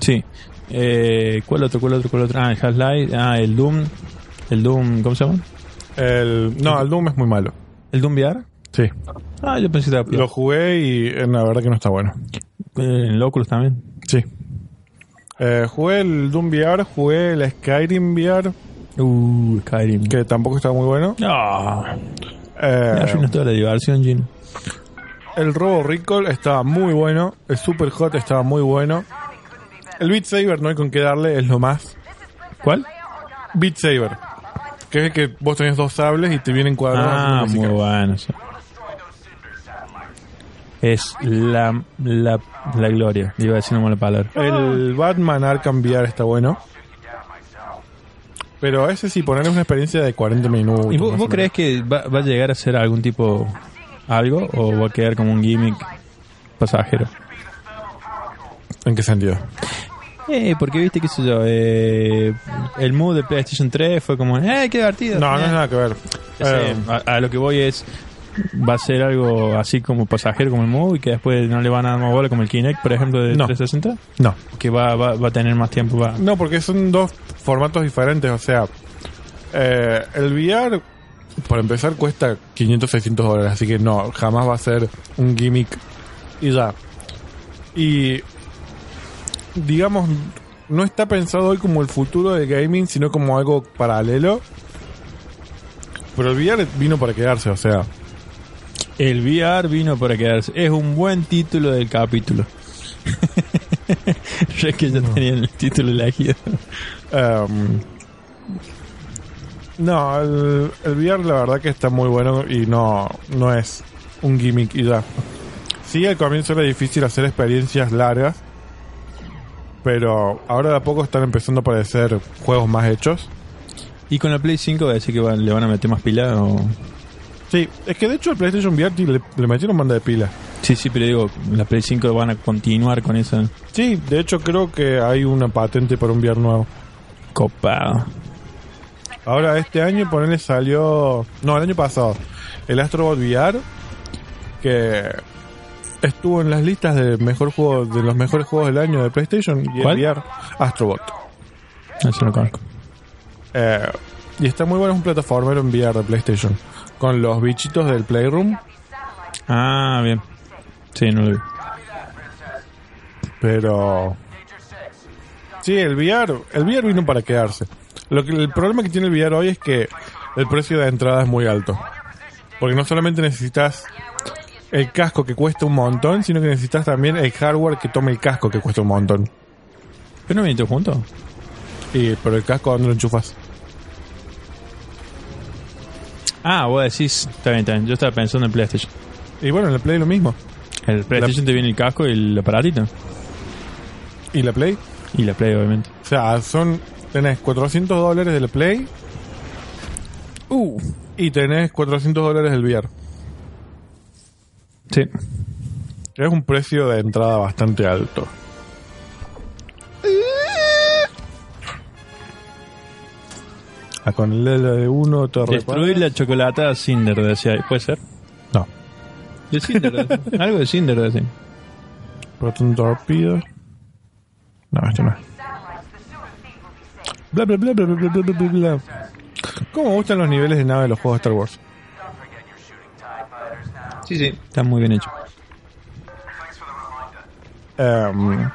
[SPEAKER 2] Sí. Eh, ¿Cuál otro? ¿Cuál otro? ¿Cuál otro? Ah, el Half-Life. Ah, el Doom. El Doom, ¿cómo se llama?
[SPEAKER 1] El, no, el Doom es muy malo.
[SPEAKER 2] ¿El Doom VR?
[SPEAKER 1] Sí.
[SPEAKER 2] Ah, yo pensé que estaba
[SPEAKER 1] Lo jugué y eh, la verdad que no está bueno.
[SPEAKER 2] Eh, en el Oculus también.
[SPEAKER 1] Sí. Eh, jugué el Doom VR, jugué el Skyrim VR,
[SPEAKER 2] Uh, Skyrim.
[SPEAKER 1] que tampoco está muy bueno.
[SPEAKER 2] Ah,
[SPEAKER 1] Eh,
[SPEAKER 2] arruinas toda la diversión, Gino.
[SPEAKER 1] el Robo Recall estaba muy bueno. El Super Hot estaba muy bueno. El Beat Saber no hay con qué darle, es lo más.
[SPEAKER 2] ¿Cuál?
[SPEAKER 1] Beat Saber. Que es el que vos tenés dos sables y te vienen cuadrados.
[SPEAKER 2] Ah,
[SPEAKER 1] de música.
[SPEAKER 2] muy bueno. sí. es la, la, la gloria. Iba a decir una mala palabra.
[SPEAKER 1] El Batman Arkham VR está bueno. Pero ese sí, ponerle una experiencia de 40 minutos.
[SPEAKER 2] ¿Y vos,
[SPEAKER 1] más
[SPEAKER 2] vos
[SPEAKER 1] o
[SPEAKER 2] crees que va, va a llegar a ser algún tipo algo o va a quedar como un gimmick pasajero?
[SPEAKER 1] menos. ¿En qué sentido?
[SPEAKER 2] Eh, porque viste, qué sé yo, eh, el mood de PlayStation 3 fue como, eh, qué divertido.
[SPEAKER 1] No, no
[SPEAKER 2] Eh,
[SPEAKER 1] es nada que ver.
[SPEAKER 2] ya sé,
[SPEAKER 1] Eh,
[SPEAKER 2] a, a lo que voy es, va a ser algo así como pasajero como el mood y que después no le van a dar más bola como el Kinect, por ejemplo, de
[SPEAKER 1] No.
[SPEAKER 2] 360,
[SPEAKER 1] no.
[SPEAKER 2] que va, va, va a tener más tiempo. Va.
[SPEAKER 1] No, porque son dos formatos diferentes. O sea, eh, el VR, para empezar, cuesta 500, 600 dólares. Así que no, jamás va a ser un gimmick. Y ya. Y, digamos, no está pensado hoy como el futuro del gaming, sino como algo paralelo. Pero el VR vino para quedarse, o sea.
[SPEAKER 2] El VR vino para quedarse. Es un buen título del capítulo. *laughs* Yo es que ya tenía el título elegido.
[SPEAKER 1] Em, no, el, el VR la verdad que está muy bueno y no, no es un gimmick y ya. Sí, al comienzo era difícil hacer experiencias largas, pero ahora de a poco están empezando a aparecer juegos más hechos.
[SPEAKER 2] ¿Y con la Play 5 va a decir que va- le van a meter más pila? O...
[SPEAKER 1] Sí, es que de hecho el PlayStation VR le, le metieron banda de pila.
[SPEAKER 2] Sí, sí, pero digo, la Play 5 van a continuar con esa
[SPEAKER 1] Sí, de hecho creo que hay una patente para un VR nuevo.
[SPEAKER 2] copa.
[SPEAKER 1] Ahora, este año, ponele, salió. No, el año pasado. El Astrobot VR. Que estuvo en las listas de mejor juego de los mejores juegos del año de PlayStation y el
[SPEAKER 2] ¿Cuál?
[SPEAKER 1] VR Astrobot.
[SPEAKER 2] No se lo conozco.
[SPEAKER 1] Eh, y está muy bueno, es un plataformero en VR de PlayStation. Con los bichitos del Playroom.
[SPEAKER 2] Ah, bien. Sí, no lo vi.
[SPEAKER 1] Pero. Sí, el VR. El VR vino para quedarse. Lo que, el problema que tiene el VR hoy es que el precio de entrada es muy alto. Porque no solamente necesitas el casco que cuesta un montón, sino que necesitas también el hardware que tome el casco que cuesta un montón.
[SPEAKER 2] ¿Pero no vienen todos juntos?
[SPEAKER 1] Y, pero el casco, ¿dónde lo enchufas?
[SPEAKER 2] Ah, vos decís, está bien, está bien. Yo estaba pensando en PlayStation.
[SPEAKER 1] Y bueno, en la Play lo mismo.
[SPEAKER 2] El PlayStation te viene el casco y el aparatito.
[SPEAKER 1] Y la Play.
[SPEAKER 2] Y la Play, obviamente.
[SPEAKER 1] O sea, son. Tenés 400 dólares de la Play. Uh, y tenés 400 dólares del VR.
[SPEAKER 2] Sí.
[SPEAKER 1] Es un precio de entrada bastante alto. Ah, con el L de uno te
[SPEAKER 2] Destruir la chocolata a Cinder, decía. ¿Puede ser?
[SPEAKER 1] repara- No.
[SPEAKER 2] De Cinder, *laughs* decía. algo de Cinder, decía.
[SPEAKER 1] Proton Torpedo. No, este no. es. Bla, bla, bla, bla, bla, bla, bla, bla, bla. ¿Cómo me gustan los niveles de nave de los juegos de Star Wars?
[SPEAKER 2] Sí, sí. Está muy bien hecho.
[SPEAKER 1] Em,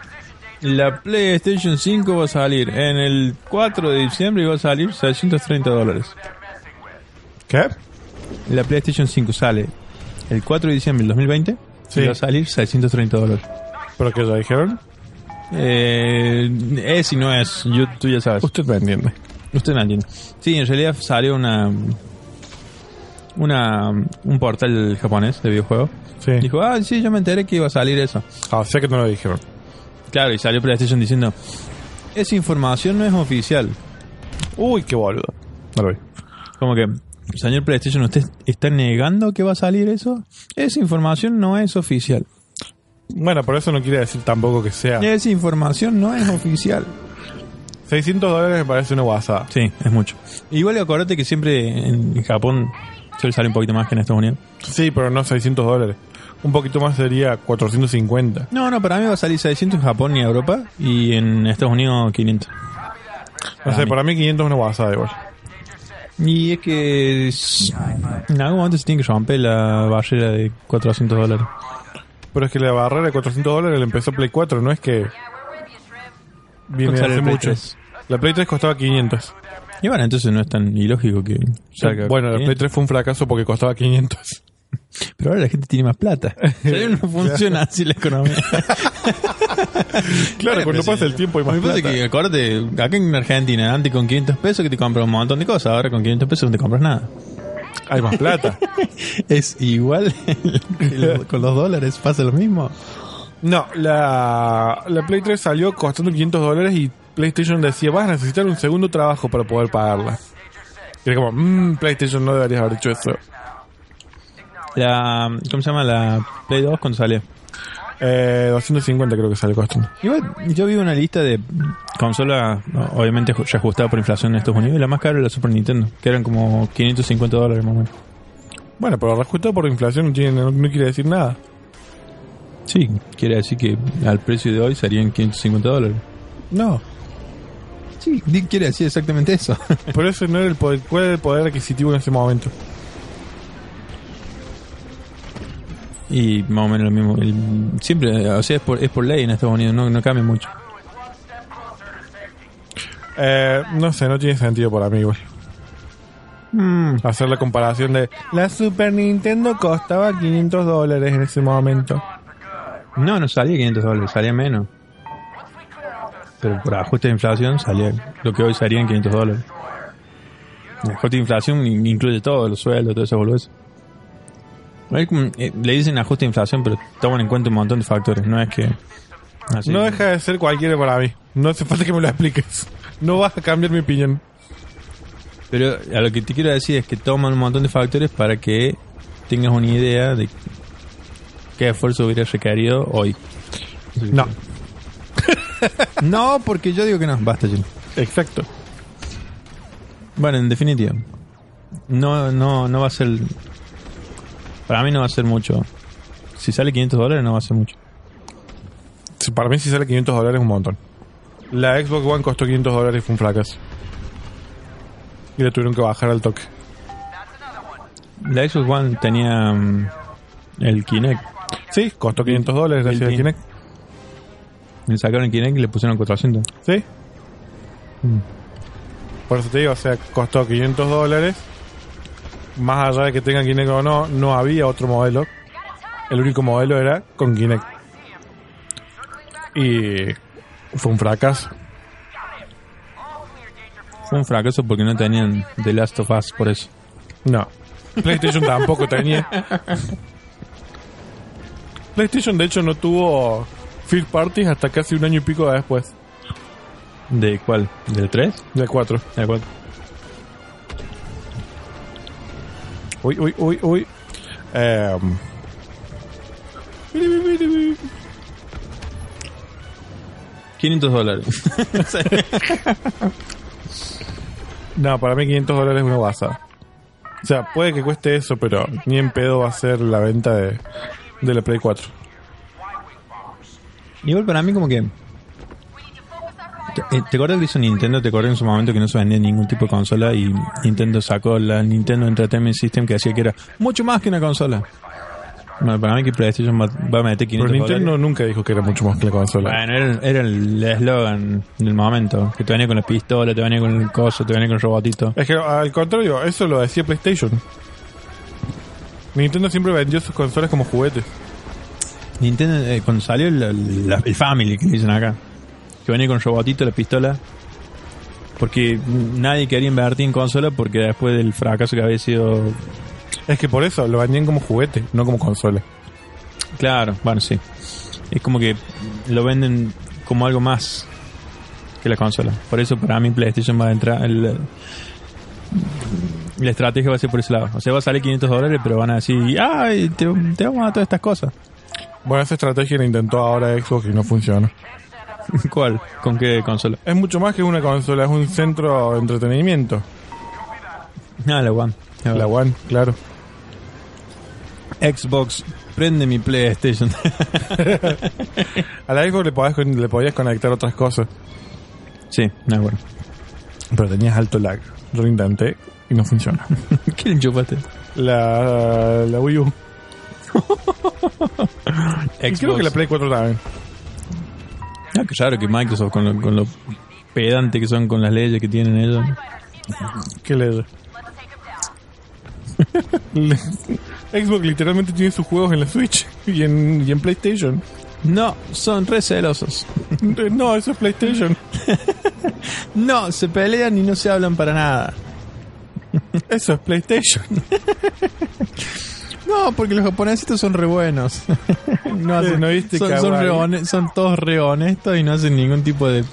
[SPEAKER 2] La PlayStation 5 va a salir en el 4 de diciembre y va a salir 630 dólares.
[SPEAKER 1] ¿Qué?
[SPEAKER 2] La PlayStation 5 sale el 4 de diciembre del 2020
[SPEAKER 1] Sí.
[SPEAKER 2] y va a salir 630 dólares.
[SPEAKER 1] ¿Pero qué ya dijeron?
[SPEAKER 2] Eh, es y no es, yo, tú ya sabes.
[SPEAKER 1] Usted me entiende.
[SPEAKER 2] Usted me entiende. Sí, en realidad salió una, una un portal japonés de videojuegos.
[SPEAKER 1] Sí.
[SPEAKER 2] Dijo, ah, sí, yo me enteré que iba a salir eso.
[SPEAKER 1] Ah, o sea que no lo dijeron.
[SPEAKER 2] Claro, y salió PlayStation diciendo, esa información no es oficial.
[SPEAKER 1] Uy, qué boludo. No lo vi.
[SPEAKER 2] Como que, señor PlayStation, ¿usted está negando que va a salir eso? Esa información no es oficial.
[SPEAKER 1] Bueno, por eso no quiere decir tampoco que sea.
[SPEAKER 2] Esa información no es oficial.
[SPEAKER 1] 600 dólares me parece una guasada.
[SPEAKER 2] Sí, es mucho. Igual acordate que siempre en Japón suele salir un poquito más que en Estados Unidos.
[SPEAKER 1] Sí, pero no 600 dólares. Un poquito más sería 450.
[SPEAKER 2] No, no, para mí va a salir 600 en Japón y Europa y en Estados Unidos 500. Ah,
[SPEAKER 1] No sé, para mí 500 es una guasada igual.
[SPEAKER 2] Y es que es- en algún momento se tiene que romper la barrera de 400 dólares.
[SPEAKER 1] Pero es que la barrera de 400 dólares la empezó Play 4, no es que viene de
[SPEAKER 2] Sale
[SPEAKER 1] hace
[SPEAKER 2] el Play
[SPEAKER 1] mucho.
[SPEAKER 2] 3.
[SPEAKER 1] La Play 3 costaba 500.
[SPEAKER 2] Y bueno, entonces no es tan ilógico que salga.
[SPEAKER 1] bueno, la Play
[SPEAKER 2] 500.
[SPEAKER 1] 3 fue un fracaso porque costaba 500.
[SPEAKER 2] Pero ahora la gente tiene más plata. O sea, no funciona así la
[SPEAKER 1] *laughs*
[SPEAKER 2] economía.
[SPEAKER 1] *laughs* Claro,
[SPEAKER 2] Bueno,
[SPEAKER 1] cuando
[SPEAKER 2] pero sí.
[SPEAKER 1] pasa el tiempo y
[SPEAKER 2] Lo
[SPEAKER 1] más
[SPEAKER 2] que pasa es
[SPEAKER 1] plata.
[SPEAKER 2] que,
[SPEAKER 1] *laughs*
[SPEAKER 2] acordate, acá en Argentina, antes con 500 pesos que te compras un montón de cosas, ahora con 500 pesos no te compras nada.
[SPEAKER 1] Hay más plata.
[SPEAKER 2] *laughs* Es igual el- con los dólares, pasa lo mismo.
[SPEAKER 1] No, la, la Play 3 salió costando 500 dólares y PlayStation decía, vas a necesitar un segundo trabajo para poder pagarla. Y era como, mmm, PlayStation no deberías haber hecho eso.
[SPEAKER 2] La, ¿Cómo se llama? La Play 2 cuando salió.
[SPEAKER 1] Eh, 250 creo que salió costando.
[SPEAKER 2] Igual, yo vi una lista de consolas, no, obviamente ju- ya ajustada por inflación en Estados Unidos, y la más cara era la Super Nintendo, que eran como 550 dólares más o menos.
[SPEAKER 1] Bueno, pero reajustado por inflación no, tiene, no, no quiere decir nada.
[SPEAKER 2] Sí, quiere decir que al precio de hoy serían 550 dólares.
[SPEAKER 1] No.
[SPEAKER 2] Sí, di- quiere decir exactamente eso. *laughs*
[SPEAKER 1] Por eso no era el poder, cuál era el poder adquisitivo en ese momento.
[SPEAKER 2] y más o menos lo mismo. el- siempre, o sea, es por, es por ley en Estados Unidos, no, no cambia mucho.
[SPEAKER 1] Eh, no sé, no tiene sentido para mí igual. Hacer la comparación de la Super Nintendo costaba 500 dólares en ese momento.
[SPEAKER 2] No, no salía 500 dólares, salía menos. Pero por ajuste de inflación salía lo que hoy serían 500 dólares. El ajuste de inflación in- incluye todo, los sueldos, todo eso, boludeces. A ver, como, eh, Le dicen ajuste de inflación, pero toman en cuenta un montón de factores. No es que. así-
[SPEAKER 1] No deja de ser cualquiera para mí. No hace falta que me lo expliques. No vas a cambiar mi opinión.
[SPEAKER 2] Pero a lo que te quiero decir es que toman un montón de factores para que tengas una idea de qué esfuerzo hubiera requerido hoy.
[SPEAKER 1] No,
[SPEAKER 2] No, porque yo digo que no. Basta, Jim.
[SPEAKER 1] exacto.
[SPEAKER 2] Bueno, en definitiva, no, no, no va a ser. Para mí no va a ser mucho. Si sale 500 dólares, no va a ser mucho.
[SPEAKER 1] Si- Para mí si sale 500 dólares es un montón. La Xbox One costó 500 dólares y fue un fracaso. Y le tuvieron que bajar al toque.
[SPEAKER 2] La Xbox One tenía mm, el Kinect.
[SPEAKER 1] Sí, costó 500 dólares gracias a
[SPEAKER 2] Sí.
[SPEAKER 1] Kinect.
[SPEAKER 2] Le sacaron el Kinect y le pusieron 400.
[SPEAKER 1] Sí. Por eso te digo, o sea, costó 500 dólares. Más allá de que tenga Kinect o no, no había otro modelo. El único modelo era con Kinect. Y fue un fracaso.
[SPEAKER 2] Fue un fracaso porque no tenían The Last of Us por eso.
[SPEAKER 1] No. PlayStation tampoco tenía. PlayStation de hecho no tuvo Field Parties hasta casi un año y pico después
[SPEAKER 2] ¿De cuál? ¿Del 3?
[SPEAKER 1] del 4.
[SPEAKER 2] ¿De cuál?
[SPEAKER 1] Uy, uy, uy, uy. Em. Bili, bili, bili, bili.
[SPEAKER 2] 500 dólares.
[SPEAKER 1] No, para mí 500 dólares es una guasa. O sea, puede que cueste eso, pero ni en pedo va a ser la venta de, de la Play 4.
[SPEAKER 2] *laughs* Igual para mí como que... ¿Te, eh, ¿te acuerdas que hizo Nintendo? ¿Te acuerdas en su momento que no se vendía ningún tipo de consola y Nintendo sacó la Nintendo Entertainment System que hacía que era mucho más que una consola? Bueno, para mí que PlayStation va, va a meter
[SPEAKER 1] Pero
[SPEAKER 2] 500
[SPEAKER 1] Nintendo
[SPEAKER 2] dólares.
[SPEAKER 1] nunca dijo que era mucho más que la consola.
[SPEAKER 2] Bueno, era, era el eslogan del momento. Que te venía con la pistola, te venía con el coso, te venía con el robotito.
[SPEAKER 1] Es que al contrario, eso lo decía PlayStation. Nintendo siempre vendió sus consolas como juguetes.
[SPEAKER 2] Nintendo, eh, cuando salió el, la- el Family, que le dicen acá, que venía con robotito, la pistola, porque nadie quería invertir en consola porque después del fracaso que había sido.
[SPEAKER 1] Es que por eso lo vendían como juguete, no como consola.
[SPEAKER 2] Claro, bueno, sí. Es como que lo venden como algo más que la consola. Por eso para mí PlayStation va a entrar. el- la estrategia va a ser por ese lado. O sea, va a salir 500 dólares, pero van a decir, ¡ay! Te, te vamos a dar todas estas cosas. *laughs*
[SPEAKER 1] Bueno, esa estrategia la intentó ahora Xbox y no funcionó.
[SPEAKER 2] ¿Cuál? ¿Con qué consola?
[SPEAKER 1] Es mucho más que una consola, es un centro de entretenimiento.
[SPEAKER 2] Ah, la One.
[SPEAKER 1] La One, claro.
[SPEAKER 2] Xbox, prende mi PlayStation. *laughs*
[SPEAKER 1] A la Xbox le podías, con- le podías conectar otras cosas.
[SPEAKER 2] sí, me acuerdo.
[SPEAKER 1] Pero tenías alto lag. Yo lo intenté y no funciona.
[SPEAKER 2] ¿Qué le enchufaste?
[SPEAKER 1] La, la Wii U. Y
[SPEAKER 2] Xbox.
[SPEAKER 1] creo que la Play 4 también.
[SPEAKER 2] Ah, claro que Microsoft con lo, con lo pedante que son con las leyes que tienen ellos.
[SPEAKER 1] ¿Qué le Le- Xbox literalmente tiene sus juegos en la Switch y en, y en PlayStation.
[SPEAKER 2] No, son re celosos.
[SPEAKER 1] *laughs* No, eso es
[SPEAKER 2] *laughs*
[SPEAKER 1] PlayStation.
[SPEAKER 2] No, se pelean y no se hablan para nada.
[SPEAKER 1] Eso es PlayStation.
[SPEAKER 2] *laughs* No, porque los japonesitos son
[SPEAKER 1] *laughs*
[SPEAKER 2] re buenos. no, hacen,
[SPEAKER 1] ¿No viste
[SPEAKER 2] son, son,
[SPEAKER 1] kawaii?
[SPEAKER 2] re hone- son todos re honestos y no hacen ningún tipo de,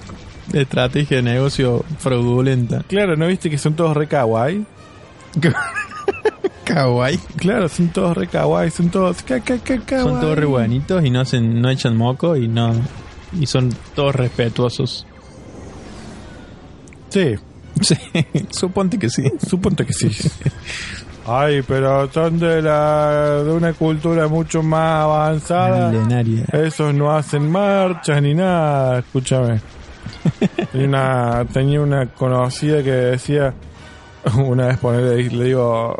[SPEAKER 2] de estrategia de negocio fraudulenta.
[SPEAKER 1] Claro, ¿no viste que son todos re kawaii?
[SPEAKER 2] Kawaii.
[SPEAKER 1] Claro, son todos re kawaii, son todos ka- ka- ka- kawaii.
[SPEAKER 2] Son todos re buenitos y no, hacen, no echan moco y no y son todos respetuosos. *laughs*
[SPEAKER 1] Sí,
[SPEAKER 2] Sí, suponte que sí.
[SPEAKER 1] suponte que sí. Ay, pero son de la de una cultura mucho más avanzada.
[SPEAKER 2] Milenaria.
[SPEAKER 1] Esos no hacen marchas ni nada, escúchame. Tenía una, tenía una conocida que decía, una vez ponele, le digo,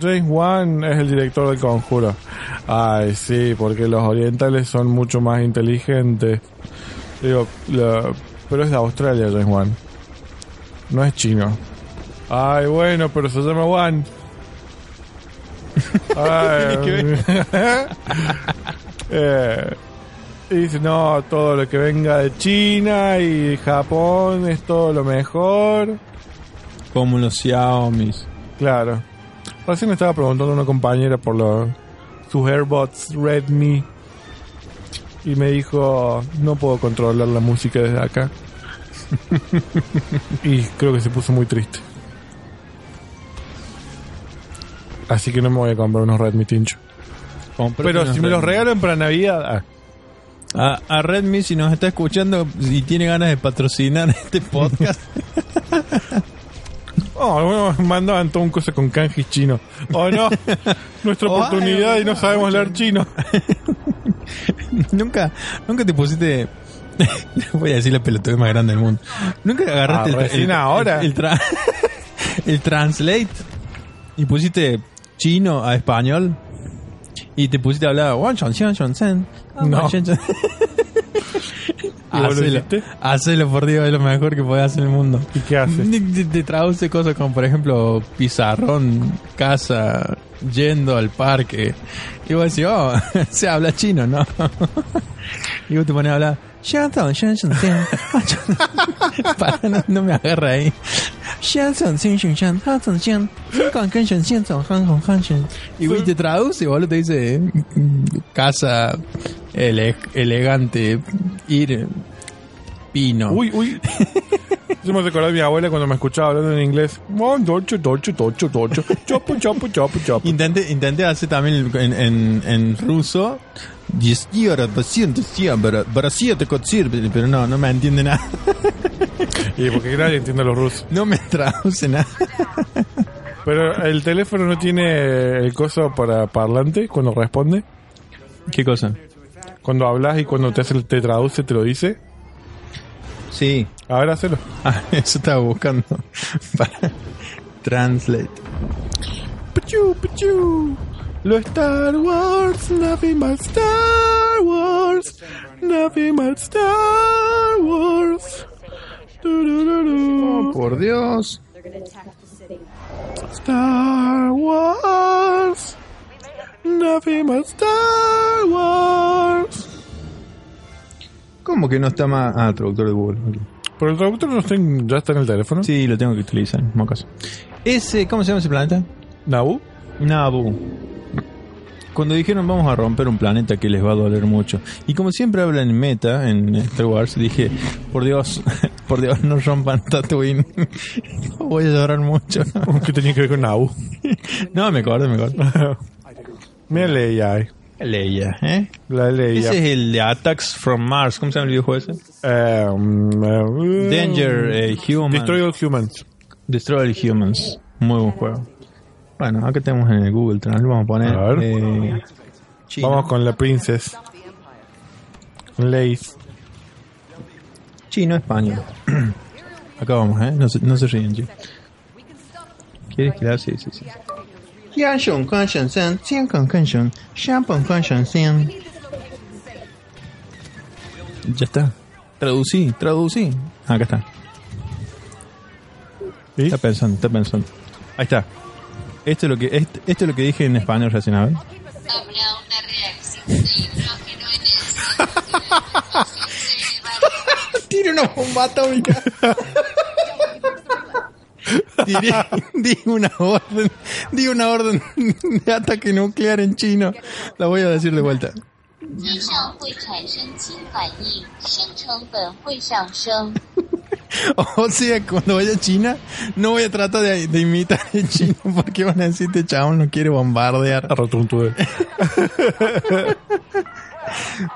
[SPEAKER 1] James Wan es el director del conjuro. Ay, sí, porque los orientales son mucho más inteligentes. Le Digo, "Lo- pero es de Australia James Wan. No es chino. Ay, bueno, pero se llama Wan. Ay, *laughs* eh, y dice, no, todo lo que venga de China y Japón es todo lo mejor.
[SPEAKER 2] Como los Xiaomi.
[SPEAKER 1] Claro. Recién me estaba preguntando una compañera por los, sus AirBots Redmi. Y me dijo, no puedo controlar la música desde acá. *laughs* y creo que se puso muy triste. Así que no me voy a comprar unos Redmi Tincho. Pero si me los regalan para Navidad... ah.
[SPEAKER 2] A, Ah, a Redmi, si nos está escuchando y tiene ganas de patrocinar *laughs* este podcast,
[SPEAKER 1] Oh, bueno, mandaban todo un cosa con kanji chino. Oh, no. Nuestra
[SPEAKER 2] Ay,
[SPEAKER 1] oportunidad y no
[SPEAKER 2] no,
[SPEAKER 1] sabemos leer chino.
[SPEAKER 2] *laughs* nunca, nunca te pusiste. *laughs* Voy a decir la pelotudez más grande del mundo. Nunca agarraste
[SPEAKER 1] Ah, recién ahora.
[SPEAKER 2] El, tra- *laughs* el translate y pusiste chino a español y te pusiste a hablar. "Wan chon xian chon sen, ah,
[SPEAKER 1] No.
[SPEAKER 2] wan chen chen". *laughs*
[SPEAKER 1] ¿Y vos ¿Ah, lo
[SPEAKER 2] Hacelo,
[SPEAKER 1] hiciste?
[SPEAKER 2] hacelo por Dios, es lo mejor que podés hacer en el mundo.
[SPEAKER 1] ¿Y qué
[SPEAKER 2] *laughs*
[SPEAKER 1] haces?
[SPEAKER 2] Te, te- te traduce cosas como, por ejemplo, pizarrón, casa, yendo al parque. Y vos decís, oh, *laughs* se habla chino, ¿no? *laughs* Y vos te pones a hablar, "Shanton, shanton, shan". *laughs* Para, no, no me agarra ahí. "Shanton, shan, shan, shan, shanton, shan, con, con, shan, shanton, han, con, han, shan". Y vos te traduce, boludo, te dice mm, casa, ele- elegante, ir,
[SPEAKER 1] *laughs*
[SPEAKER 2] pino.
[SPEAKER 1] Uy, uy. Yo me recordé a mi abuela cuando me escuchaba hablando en inglés. Oh, docho, docho, docho, docho. Chopo, chopo, chopo, chopo.
[SPEAKER 2] Intenté, intenté hacer también en, en, en ruso. Diez horas, paciente, siempre, para siete con sirve, pero no, no me entiende nada. *laughs*
[SPEAKER 1] Y porque nadie entiende los rusos.
[SPEAKER 2] No me traduce nada.
[SPEAKER 1] Pero el teléfono no tiene el coso para parlante cuando responde.
[SPEAKER 2] ¿Qué cosa?
[SPEAKER 1] Cuando hablas y cuando te, hace, el- te traduce, te lo dice.
[SPEAKER 2] Sí.
[SPEAKER 1] A ver, hacelo.
[SPEAKER 2] Ah, eso estaba buscando. *laughs* Para translate.
[SPEAKER 1] Pichu, pichu. Lo Star Wars, nothing but Star Wars, nothing but Star Wars. Turururu.
[SPEAKER 2] Por Dios.
[SPEAKER 3] They're gonna attack the city.
[SPEAKER 1] Star Wars, nothing but Star Wars.
[SPEAKER 2] ¿Cómo que no está más? Ah, traductor de Google. ok.
[SPEAKER 1] Pero el traductor no está en- ya está en el teléfono.
[SPEAKER 2] Sí, lo tengo que utilizar, no caso. Ese, ¿cómo se llama ese planeta?
[SPEAKER 1] Nabu.
[SPEAKER 2] Nabu. Cuando dijeron vamos a romper un planeta que les va a doler mucho. Y como siempre hablan en meta en Star Wars, dije, por Dios, *laughs* por Dios no rompan Tatooine. *laughs* Voy a llorar mucho. *laughs*
[SPEAKER 1] ¿Qué tenía que ver con Nabu?
[SPEAKER 2] No, me acuerdo, me acuerdo. *laughs*
[SPEAKER 1] Mira Leia, eh.
[SPEAKER 2] Leia, ¿eh?
[SPEAKER 1] La Leia.
[SPEAKER 2] Ese es el de Attacks from Mars. ¿Cómo se llama el videojuego ese?
[SPEAKER 1] Eh, mm, eh,
[SPEAKER 2] Danger eh, Human.
[SPEAKER 1] Destroy all humans.
[SPEAKER 2] Destroy all Humans. Muy buen juego. Bueno, acá tenemos en el Google Translate, vamos a poner...
[SPEAKER 1] A ver.
[SPEAKER 2] eh, China.
[SPEAKER 1] Vamos con la princess. Lace.
[SPEAKER 2] Chino, español. *clears throat* Acá vamos, ¿eh? No se, no se ríen, chicos. ¿Quieres que la Sí, sí, sí. Ya está. Traducí, traducí. Ah, Acá está.
[SPEAKER 1] ¿Sí?
[SPEAKER 2] Está pensando, está pensando. Ahí está. Esto es lo que, este- esto es lo que dije en español recién, a ver.
[SPEAKER 4] Habrá una reacción de hidrógeno en el
[SPEAKER 2] Tiene una bombata, mira. Diré, di una orden, di una orden de ataque nuclear en chino. La voy a decir de vuelta.
[SPEAKER 4] 机上会产生氢反应，生成本会上升。
[SPEAKER 2] O sea, cuando vaya a China, no voy a tratar de, de imitar el chino porque van a decir, este chabón no quiere bombardear.
[SPEAKER 1] Arretuntude.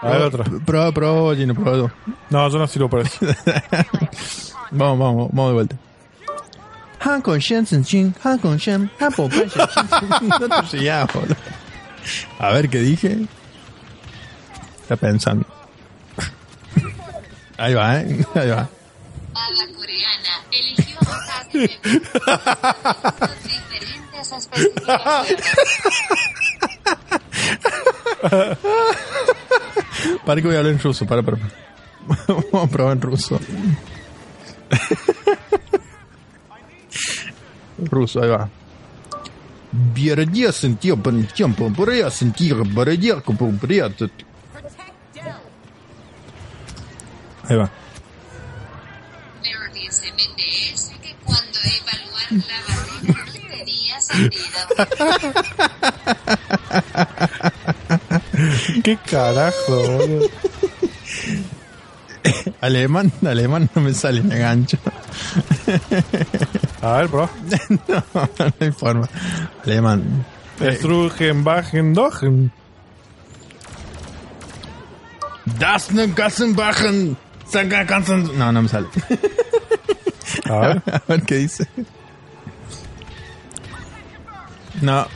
[SPEAKER 1] A ver otra.
[SPEAKER 2] Prueba, prueba, chino, prueba.
[SPEAKER 1] No, yo no sirvo para eso.
[SPEAKER 2] Vamos, vamos, vamos de vuelta. Han con Shen Shen Shin, Han con Shen, Han con Shen Shen Shin. No te rías, *laughs* boludo. A ver qué dije. Está *laughs* pensando. Ahí va, *laughs* ¿eh? Ahí va.
[SPEAKER 4] A la coreana eligió ataque de con diferentes especificaciones.
[SPEAKER 2] Para que voy a hablar en ruso, para, *laughs* para. para. Vamos a probar en ruso. ruso, ahí va. Перейдя сентя пен тем пен порея сентира перейдя ку пен порея тут. Ahí va.
[SPEAKER 4] Pero dice es que cuando evaluar la barriga no tenía sentido.
[SPEAKER 1] *laughs* ¿Qué carajo, boludo?
[SPEAKER 2] Alemán, *laughs* alemán no me sale, me gancho.
[SPEAKER 1] A ver, bro.
[SPEAKER 2] *laughs* No, no hay forma. Alemán.
[SPEAKER 1] Strugen, bajen, dogen.
[SPEAKER 2] Das ne Gassen bachen. Saca Gassen. No, no me sale.
[SPEAKER 1] *laughs* A ver.
[SPEAKER 2] *laughs* A ver qué dice. No,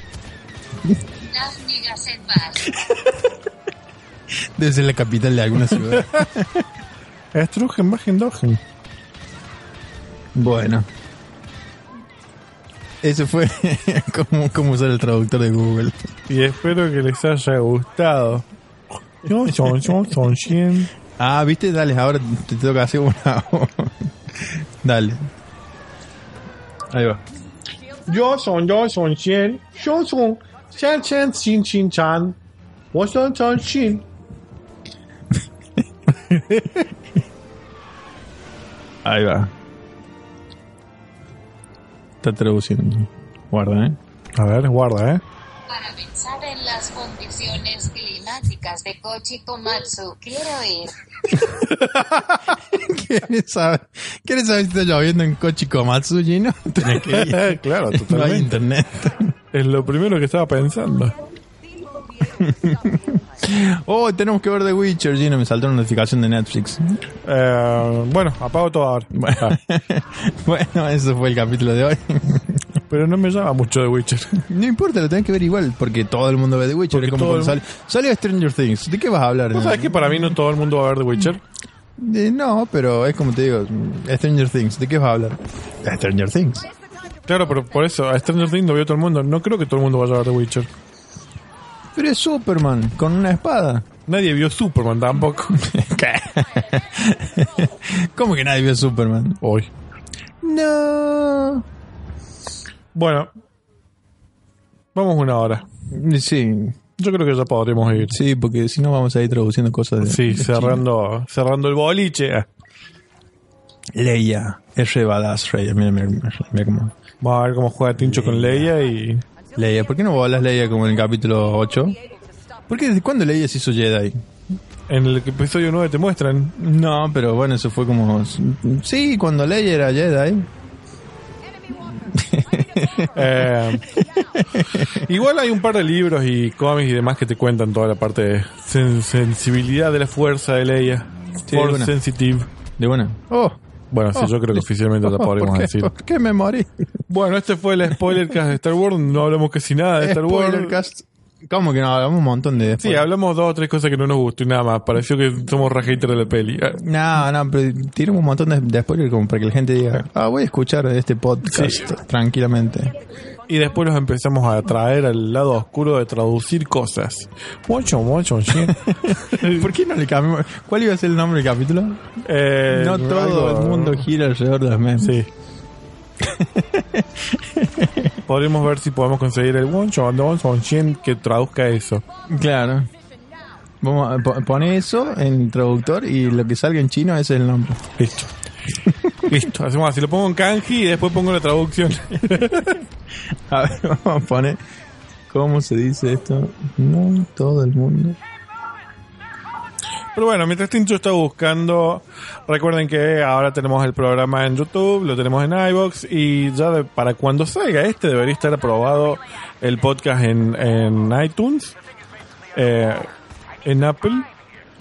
[SPEAKER 4] Las migas en paz.
[SPEAKER 2] desde la capital de alguna ciudad.
[SPEAKER 1] *laughs* Strugen, bajen, dogen.
[SPEAKER 2] Bueno. Ese fue *laughs* como, como usar el traductor de Google.
[SPEAKER 1] Y espero que les haya gustado. No, son, son, son, cien.
[SPEAKER 2] Ah, viste, dale, ahora te toca hacer una. *laughs* dale. Ahí va.
[SPEAKER 1] Yo son, yo son, cien. Yo son, cien, cien, chin, chin, chan. Vos son, son, chin.
[SPEAKER 2] Ahí va. Está traduciendo. Guarda, eh.
[SPEAKER 1] A ver, guarda,
[SPEAKER 2] *laughs*
[SPEAKER 1] eh.
[SPEAKER 4] Para pensar en las condiciones climáticas de Kochi Komatsu, quiero ir.
[SPEAKER 2] ¿Quieres saber, ¿Quieres saber si está lloviendo en Kochi Komatsu, Gino? *laughs* Tenés que ir.
[SPEAKER 1] claro,
[SPEAKER 2] No
[SPEAKER 1] *laughs*
[SPEAKER 2] hay
[SPEAKER 1] totalmente.
[SPEAKER 2] internet. *laughs*
[SPEAKER 1] Es lo primero que estaba pensando.
[SPEAKER 2] Oh, tenemos que ver The Witcher, Gino. Me saltó una notificación de Netflix.
[SPEAKER 1] Eh, bueno, apago todo ahora. Ah,
[SPEAKER 2] *laughs* bueno, eso fue el capítulo de hoy.
[SPEAKER 1] Pero no me llama mucho de Witcher.
[SPEAKER 2] *laughs* No importa, lo tenés que ver igual, porque todo el mundo ve The Witcher.
[SPEAKER 1] Porque
[SPEAKER 2] es como
[SPEAKER 1] todo el
[SPEAKER 2] cuando sale- salió Stranger Things. ¿De qué vas a hablar?
[SPEAKER 1] ¿Vos sabés que para mí no todo el mundo va a ver The Witcher?
[SPEAKER 2] Eh, no, pero es como te digo, Stranger Things. ¿De qué vas a hablar? Stranger Things.
[SPEAKER 1] Claro, pero por eso, a Stranger Things lo vio todo el mundo. No creo que todo el mundo vaya a ver The Witcher.
[SPEAKER 2] Pero es Superman, con una espada.
[SPEAKER 1] Nadie vio Superman tampoco. *laughs*
[SPEAKER 2] ¿Cómo que nadie vio Superman?
[SPEAKER 1] Hoy.
[SPEAKER 2] No.
[SPEAKER 1] Bueno, vamos una hora.
[SPEAKER 2] Sí,
[SPEAKER 1] Yo creo que ya podremos ir.
[SPEAKER 2] sí, porque si no vamos a ir traduciendo cosas de.
[SPEAKER 1] Sí,
[SPEAKER 2] de
[SPEAKER 1] cerrando, cerrando el boliche.
[SPEAKER 2] China. Leia, R. Badass Reyes. Mira, mira, mira, mira cómo.
[SPEAKER 1] Vamos a ver cómo juega Tincho con Leia y.
[SPEAKER 2] Leia, ¿por qué no hablas Leia como en el capítulo 8? ¿Por qué desde cuándo Leia se hizo Jedi?
[SPEAKER 1] En el episodio 9 te
[SPEAKER 2] *laughs*
[SPEAKER 1] muestran.
[SPEAKER 2] No, pero bueno, eso fue como. Sí, cuando Leia era Jedi.
[SPEAKER 1] Eh, igual hay un par de libros y cómics y demás que te cuentan toda la parte de sen- sensibilidad de la fuerza de Leia.
[SPEAKER 2] Sí,
[SPEAKER 1] Force
[SPEAKER 2] bueno.
[SPEAKER 1] sensitive.
[SPEAKER 2] De buena. Oh,
[SPEAKER 1] Bueno, sí,
[SPEAKER 2] Oh.
[SPEAKER 1] yo creo que oficialmente
[SPEAKER 2] *laughs*
[SPEAKER 1] ya
[SPEAKER 2] oh,
[SPEAKER 1] podremos
[SPEAKER 2] ¿por qué,
[SPEAKER 1] decir.
[SPEAKER 2] ¿Por qué me morí?
[SPEAKER 1] Bueno, este fue el spoilercast de Star Wars. No hablamos casi nada de Star Wars.
[SPEAKER 2] Spoilercast. ¿Cómo que no? Hablamos un montón de.
[SPEAKER 1] Sí,
[SPEAKER 2] spoilers.
[SPEAKER 1] hablamos dos o tres cosas que no nos gustó y nada más. Pareció que somos rajeiters de la peli. Eh,
[SPEAKER 2] No, no, pero tiramos un montón de, de spoilers como para que la gente diga, ah, voy a escuchar este podcast
[SPEAKER 1] Sí.
[SPEAKER 2] tranquilamente.
[SPEAKER 1] Y después los empezamos a traer al lado oscuro de traducir cosas. Mucho, mucho,
[SPEAKER 2] *laughs*
[SPEAKER 1] sí.
[SPEAKER 2] ¿Por qué no le cambiamos? ¿Cuál iba a ser el nombre del capítulo?
[SPEAKER 1] Eh,
[SPEAKER 2] no todo
[SPEAKER 1] algo-
[SPEAKER 2] el mundo gira alrededor de las memes.
[SPEAKER 1] Sí. Podremos ver si podemos conseguir el one shot, one shot, chin, que traduzca eso.
[SPEAKER 2] Claro. Vamos a po- poner eso en el traductor y lo que salga en chino ese es el nombre.
[SPEAKER 1] Listo. Listo, hacemos así. Lo pongo en kanji y después pongo la traducción.
[SPEAKER 2] *laughs* A ver, *laughs* vamos a poner. ¿Cómo se dice esto? No todo el mundo.
[SPEAKER 1] Pero bueno, mientras Tincho está buscando, recuerden que ahora tenemos el programa en YouTube, lo tenemos en iBox y ya de- para cuando salga este debería estar aprobado el podcast en, en iTunes, eh, en Apple,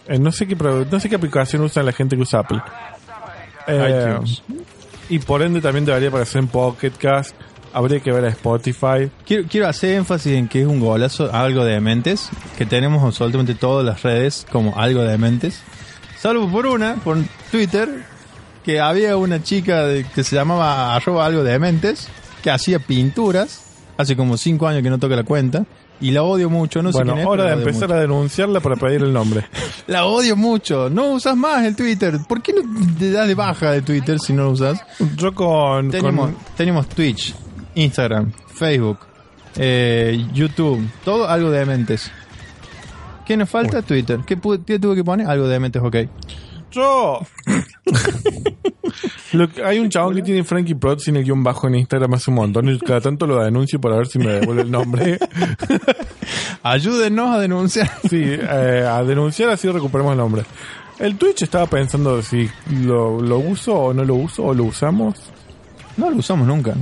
[SPEAKER 1] en no sé qué pro- no sé qué aplicación usan la gente que usa Apple. Eh,
[SPEAKER 2] iTunes.
[SPEAKER 1] y por ende también debería aparecer en Pocket Cast, habría que ver a Spotify.
[SPEAKER 2] Quiero, quiero hacer énfasis en que es un golazo, algo de mentes, que tenemos absolutamente todas las redes como algo de mentes, salvo por una, por Twitter, que había una chica de- que se llamaba arroba algo de mentes, que hacía pinturas, hace como cinco años que no toca la cuenta, y la odio mucho, no sé
[SPEAKER 1] bueno,
[SPEAKER 2] quién es.
[SPEAKER 1] hora de
[SPEAKER 2] pero la odio
[SPEAKER 1] empezar a denunciarla para pedir el
[SPEAKER 2] *laughs*
[SPEAKER 1] nombre.
[SPEAKER 2] la odio mucho. No usas más el Twitter. ¿Por qué no te das de baja de Twitter si no lo usas?
[SPEAKER 1] Yo con...
[SPEAKER 2] Tenemos,
[SPEAKER 1] con
[SPEAKER 2] tenemos Twitch, Instagram, Facebook, eh, YouTube, todo algo de mentes. ¿Qué nos falta? Twitter. ¿Qué, pu- qué tuve que poner? Algo de mentes, ok.
[SPEAKER 1] yo. *laughs* Lo que- hay un chabón que tiene Frankie Prod sin el guión bajo en Instagram hace un montón y cada tanto lo denuncio para ver si me devuelve el
[SPEAKER 2] *laughs*
[SPEAKER 1] nombre.
[SPEAKER 2] Ayúdenos a denunciar.
[SPEAKER 1] Sí, eh, a denunciar así recuperamos el nombre. El Twitch estaba pensando si lo, lo uso o no lo uso o lo usamos,
[SPEAKER 2] *laughs* No lo usamos nunca.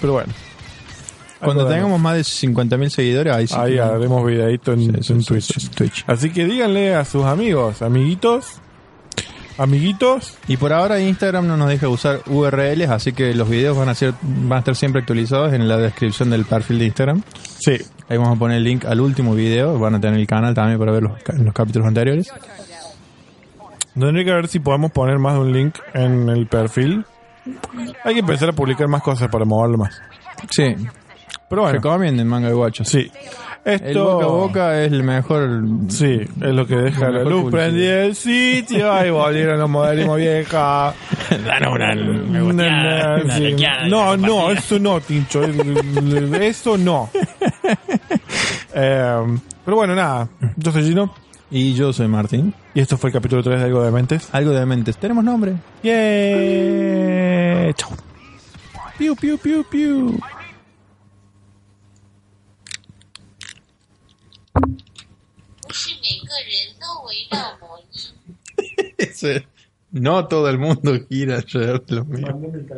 [SPEAKER 1] pero bueno.
[SPEAKER 2] Cuando
[SPEAKER 1] Algo de-
[SPEAKER 2] tengamos más de 50.000 seguidores, ahí sí.
[SPEAKER 1] Ahí
[SPEAKER 2] que-
[SPEAKER 1] haremos videito en,
[SPEAKER 2] Sí, sí,
[SPEAKER 1] en
[SPEAKER 2] sí,
[SPEAKER 1] Twitch.
[SPEAKER 2] sí, Twitch.
[SPEAKER 1] Así que díganle a sus amigos, amiguitos, amiguitos,
[SPEAKER 2] Y por ahora Instagram no nos deja usar URLs, así que los videos van a, ser, van a estar siempre actualizados en la descripción del perfil de Instagram.
[SPEAKER 1] sí,
[SPEAKER 2] Ahí vamos a poner el link al último video. Van a tener el canal también para ver los, ca- los capítulos anteriores.
[SPEAKER 1] Tendría que ver si podemos poner más de un link en el perfil. Hay que empezar a publicar más cosas para moverlo más.
[SPEAKER 2] Sí.
[SPEAKER 1] Pero bueno,
[SPEAKER 2] Recomienden manga de guacho.
[SPEAKER 1] sí.
[SPEAKER 2] El
[SPEAKER 1] Esto
[SPEAKER 2] boca a boca es el mejor.
[SPEAKER 1] Sí, es lo que deja la
[SPEAKER 2] Mejor
[SPEAKER 1] luz
[SPEAKER 2] publicidad.
[SPEAKER 1] prendida el sitio. Ahí volvieron los modelismo vieja.
[SPEAKER 2] Ah,
[SPEAKER 1] Nah, nah, sí. No, no, eso no, Tincho. Eso no. Eh, pero bueno, nada. Yo soy Gino.
[SPEAKER 2] *laughs* Y yo soy Martín.
[SPEAKER 1] Y esto fue el capítulo 3 de Algo de Mentes.
[SPEAKER 2] Algo de mentes. ¿Tenemos nombre?
[SPEAKER 1] Yeah. Chau. Piu, piu, piu, piu.
[SPEAKER 4] 是每个人都围绕魔一。
[SPEAKER 2] No todo el mundo gira alrededor de lo mío.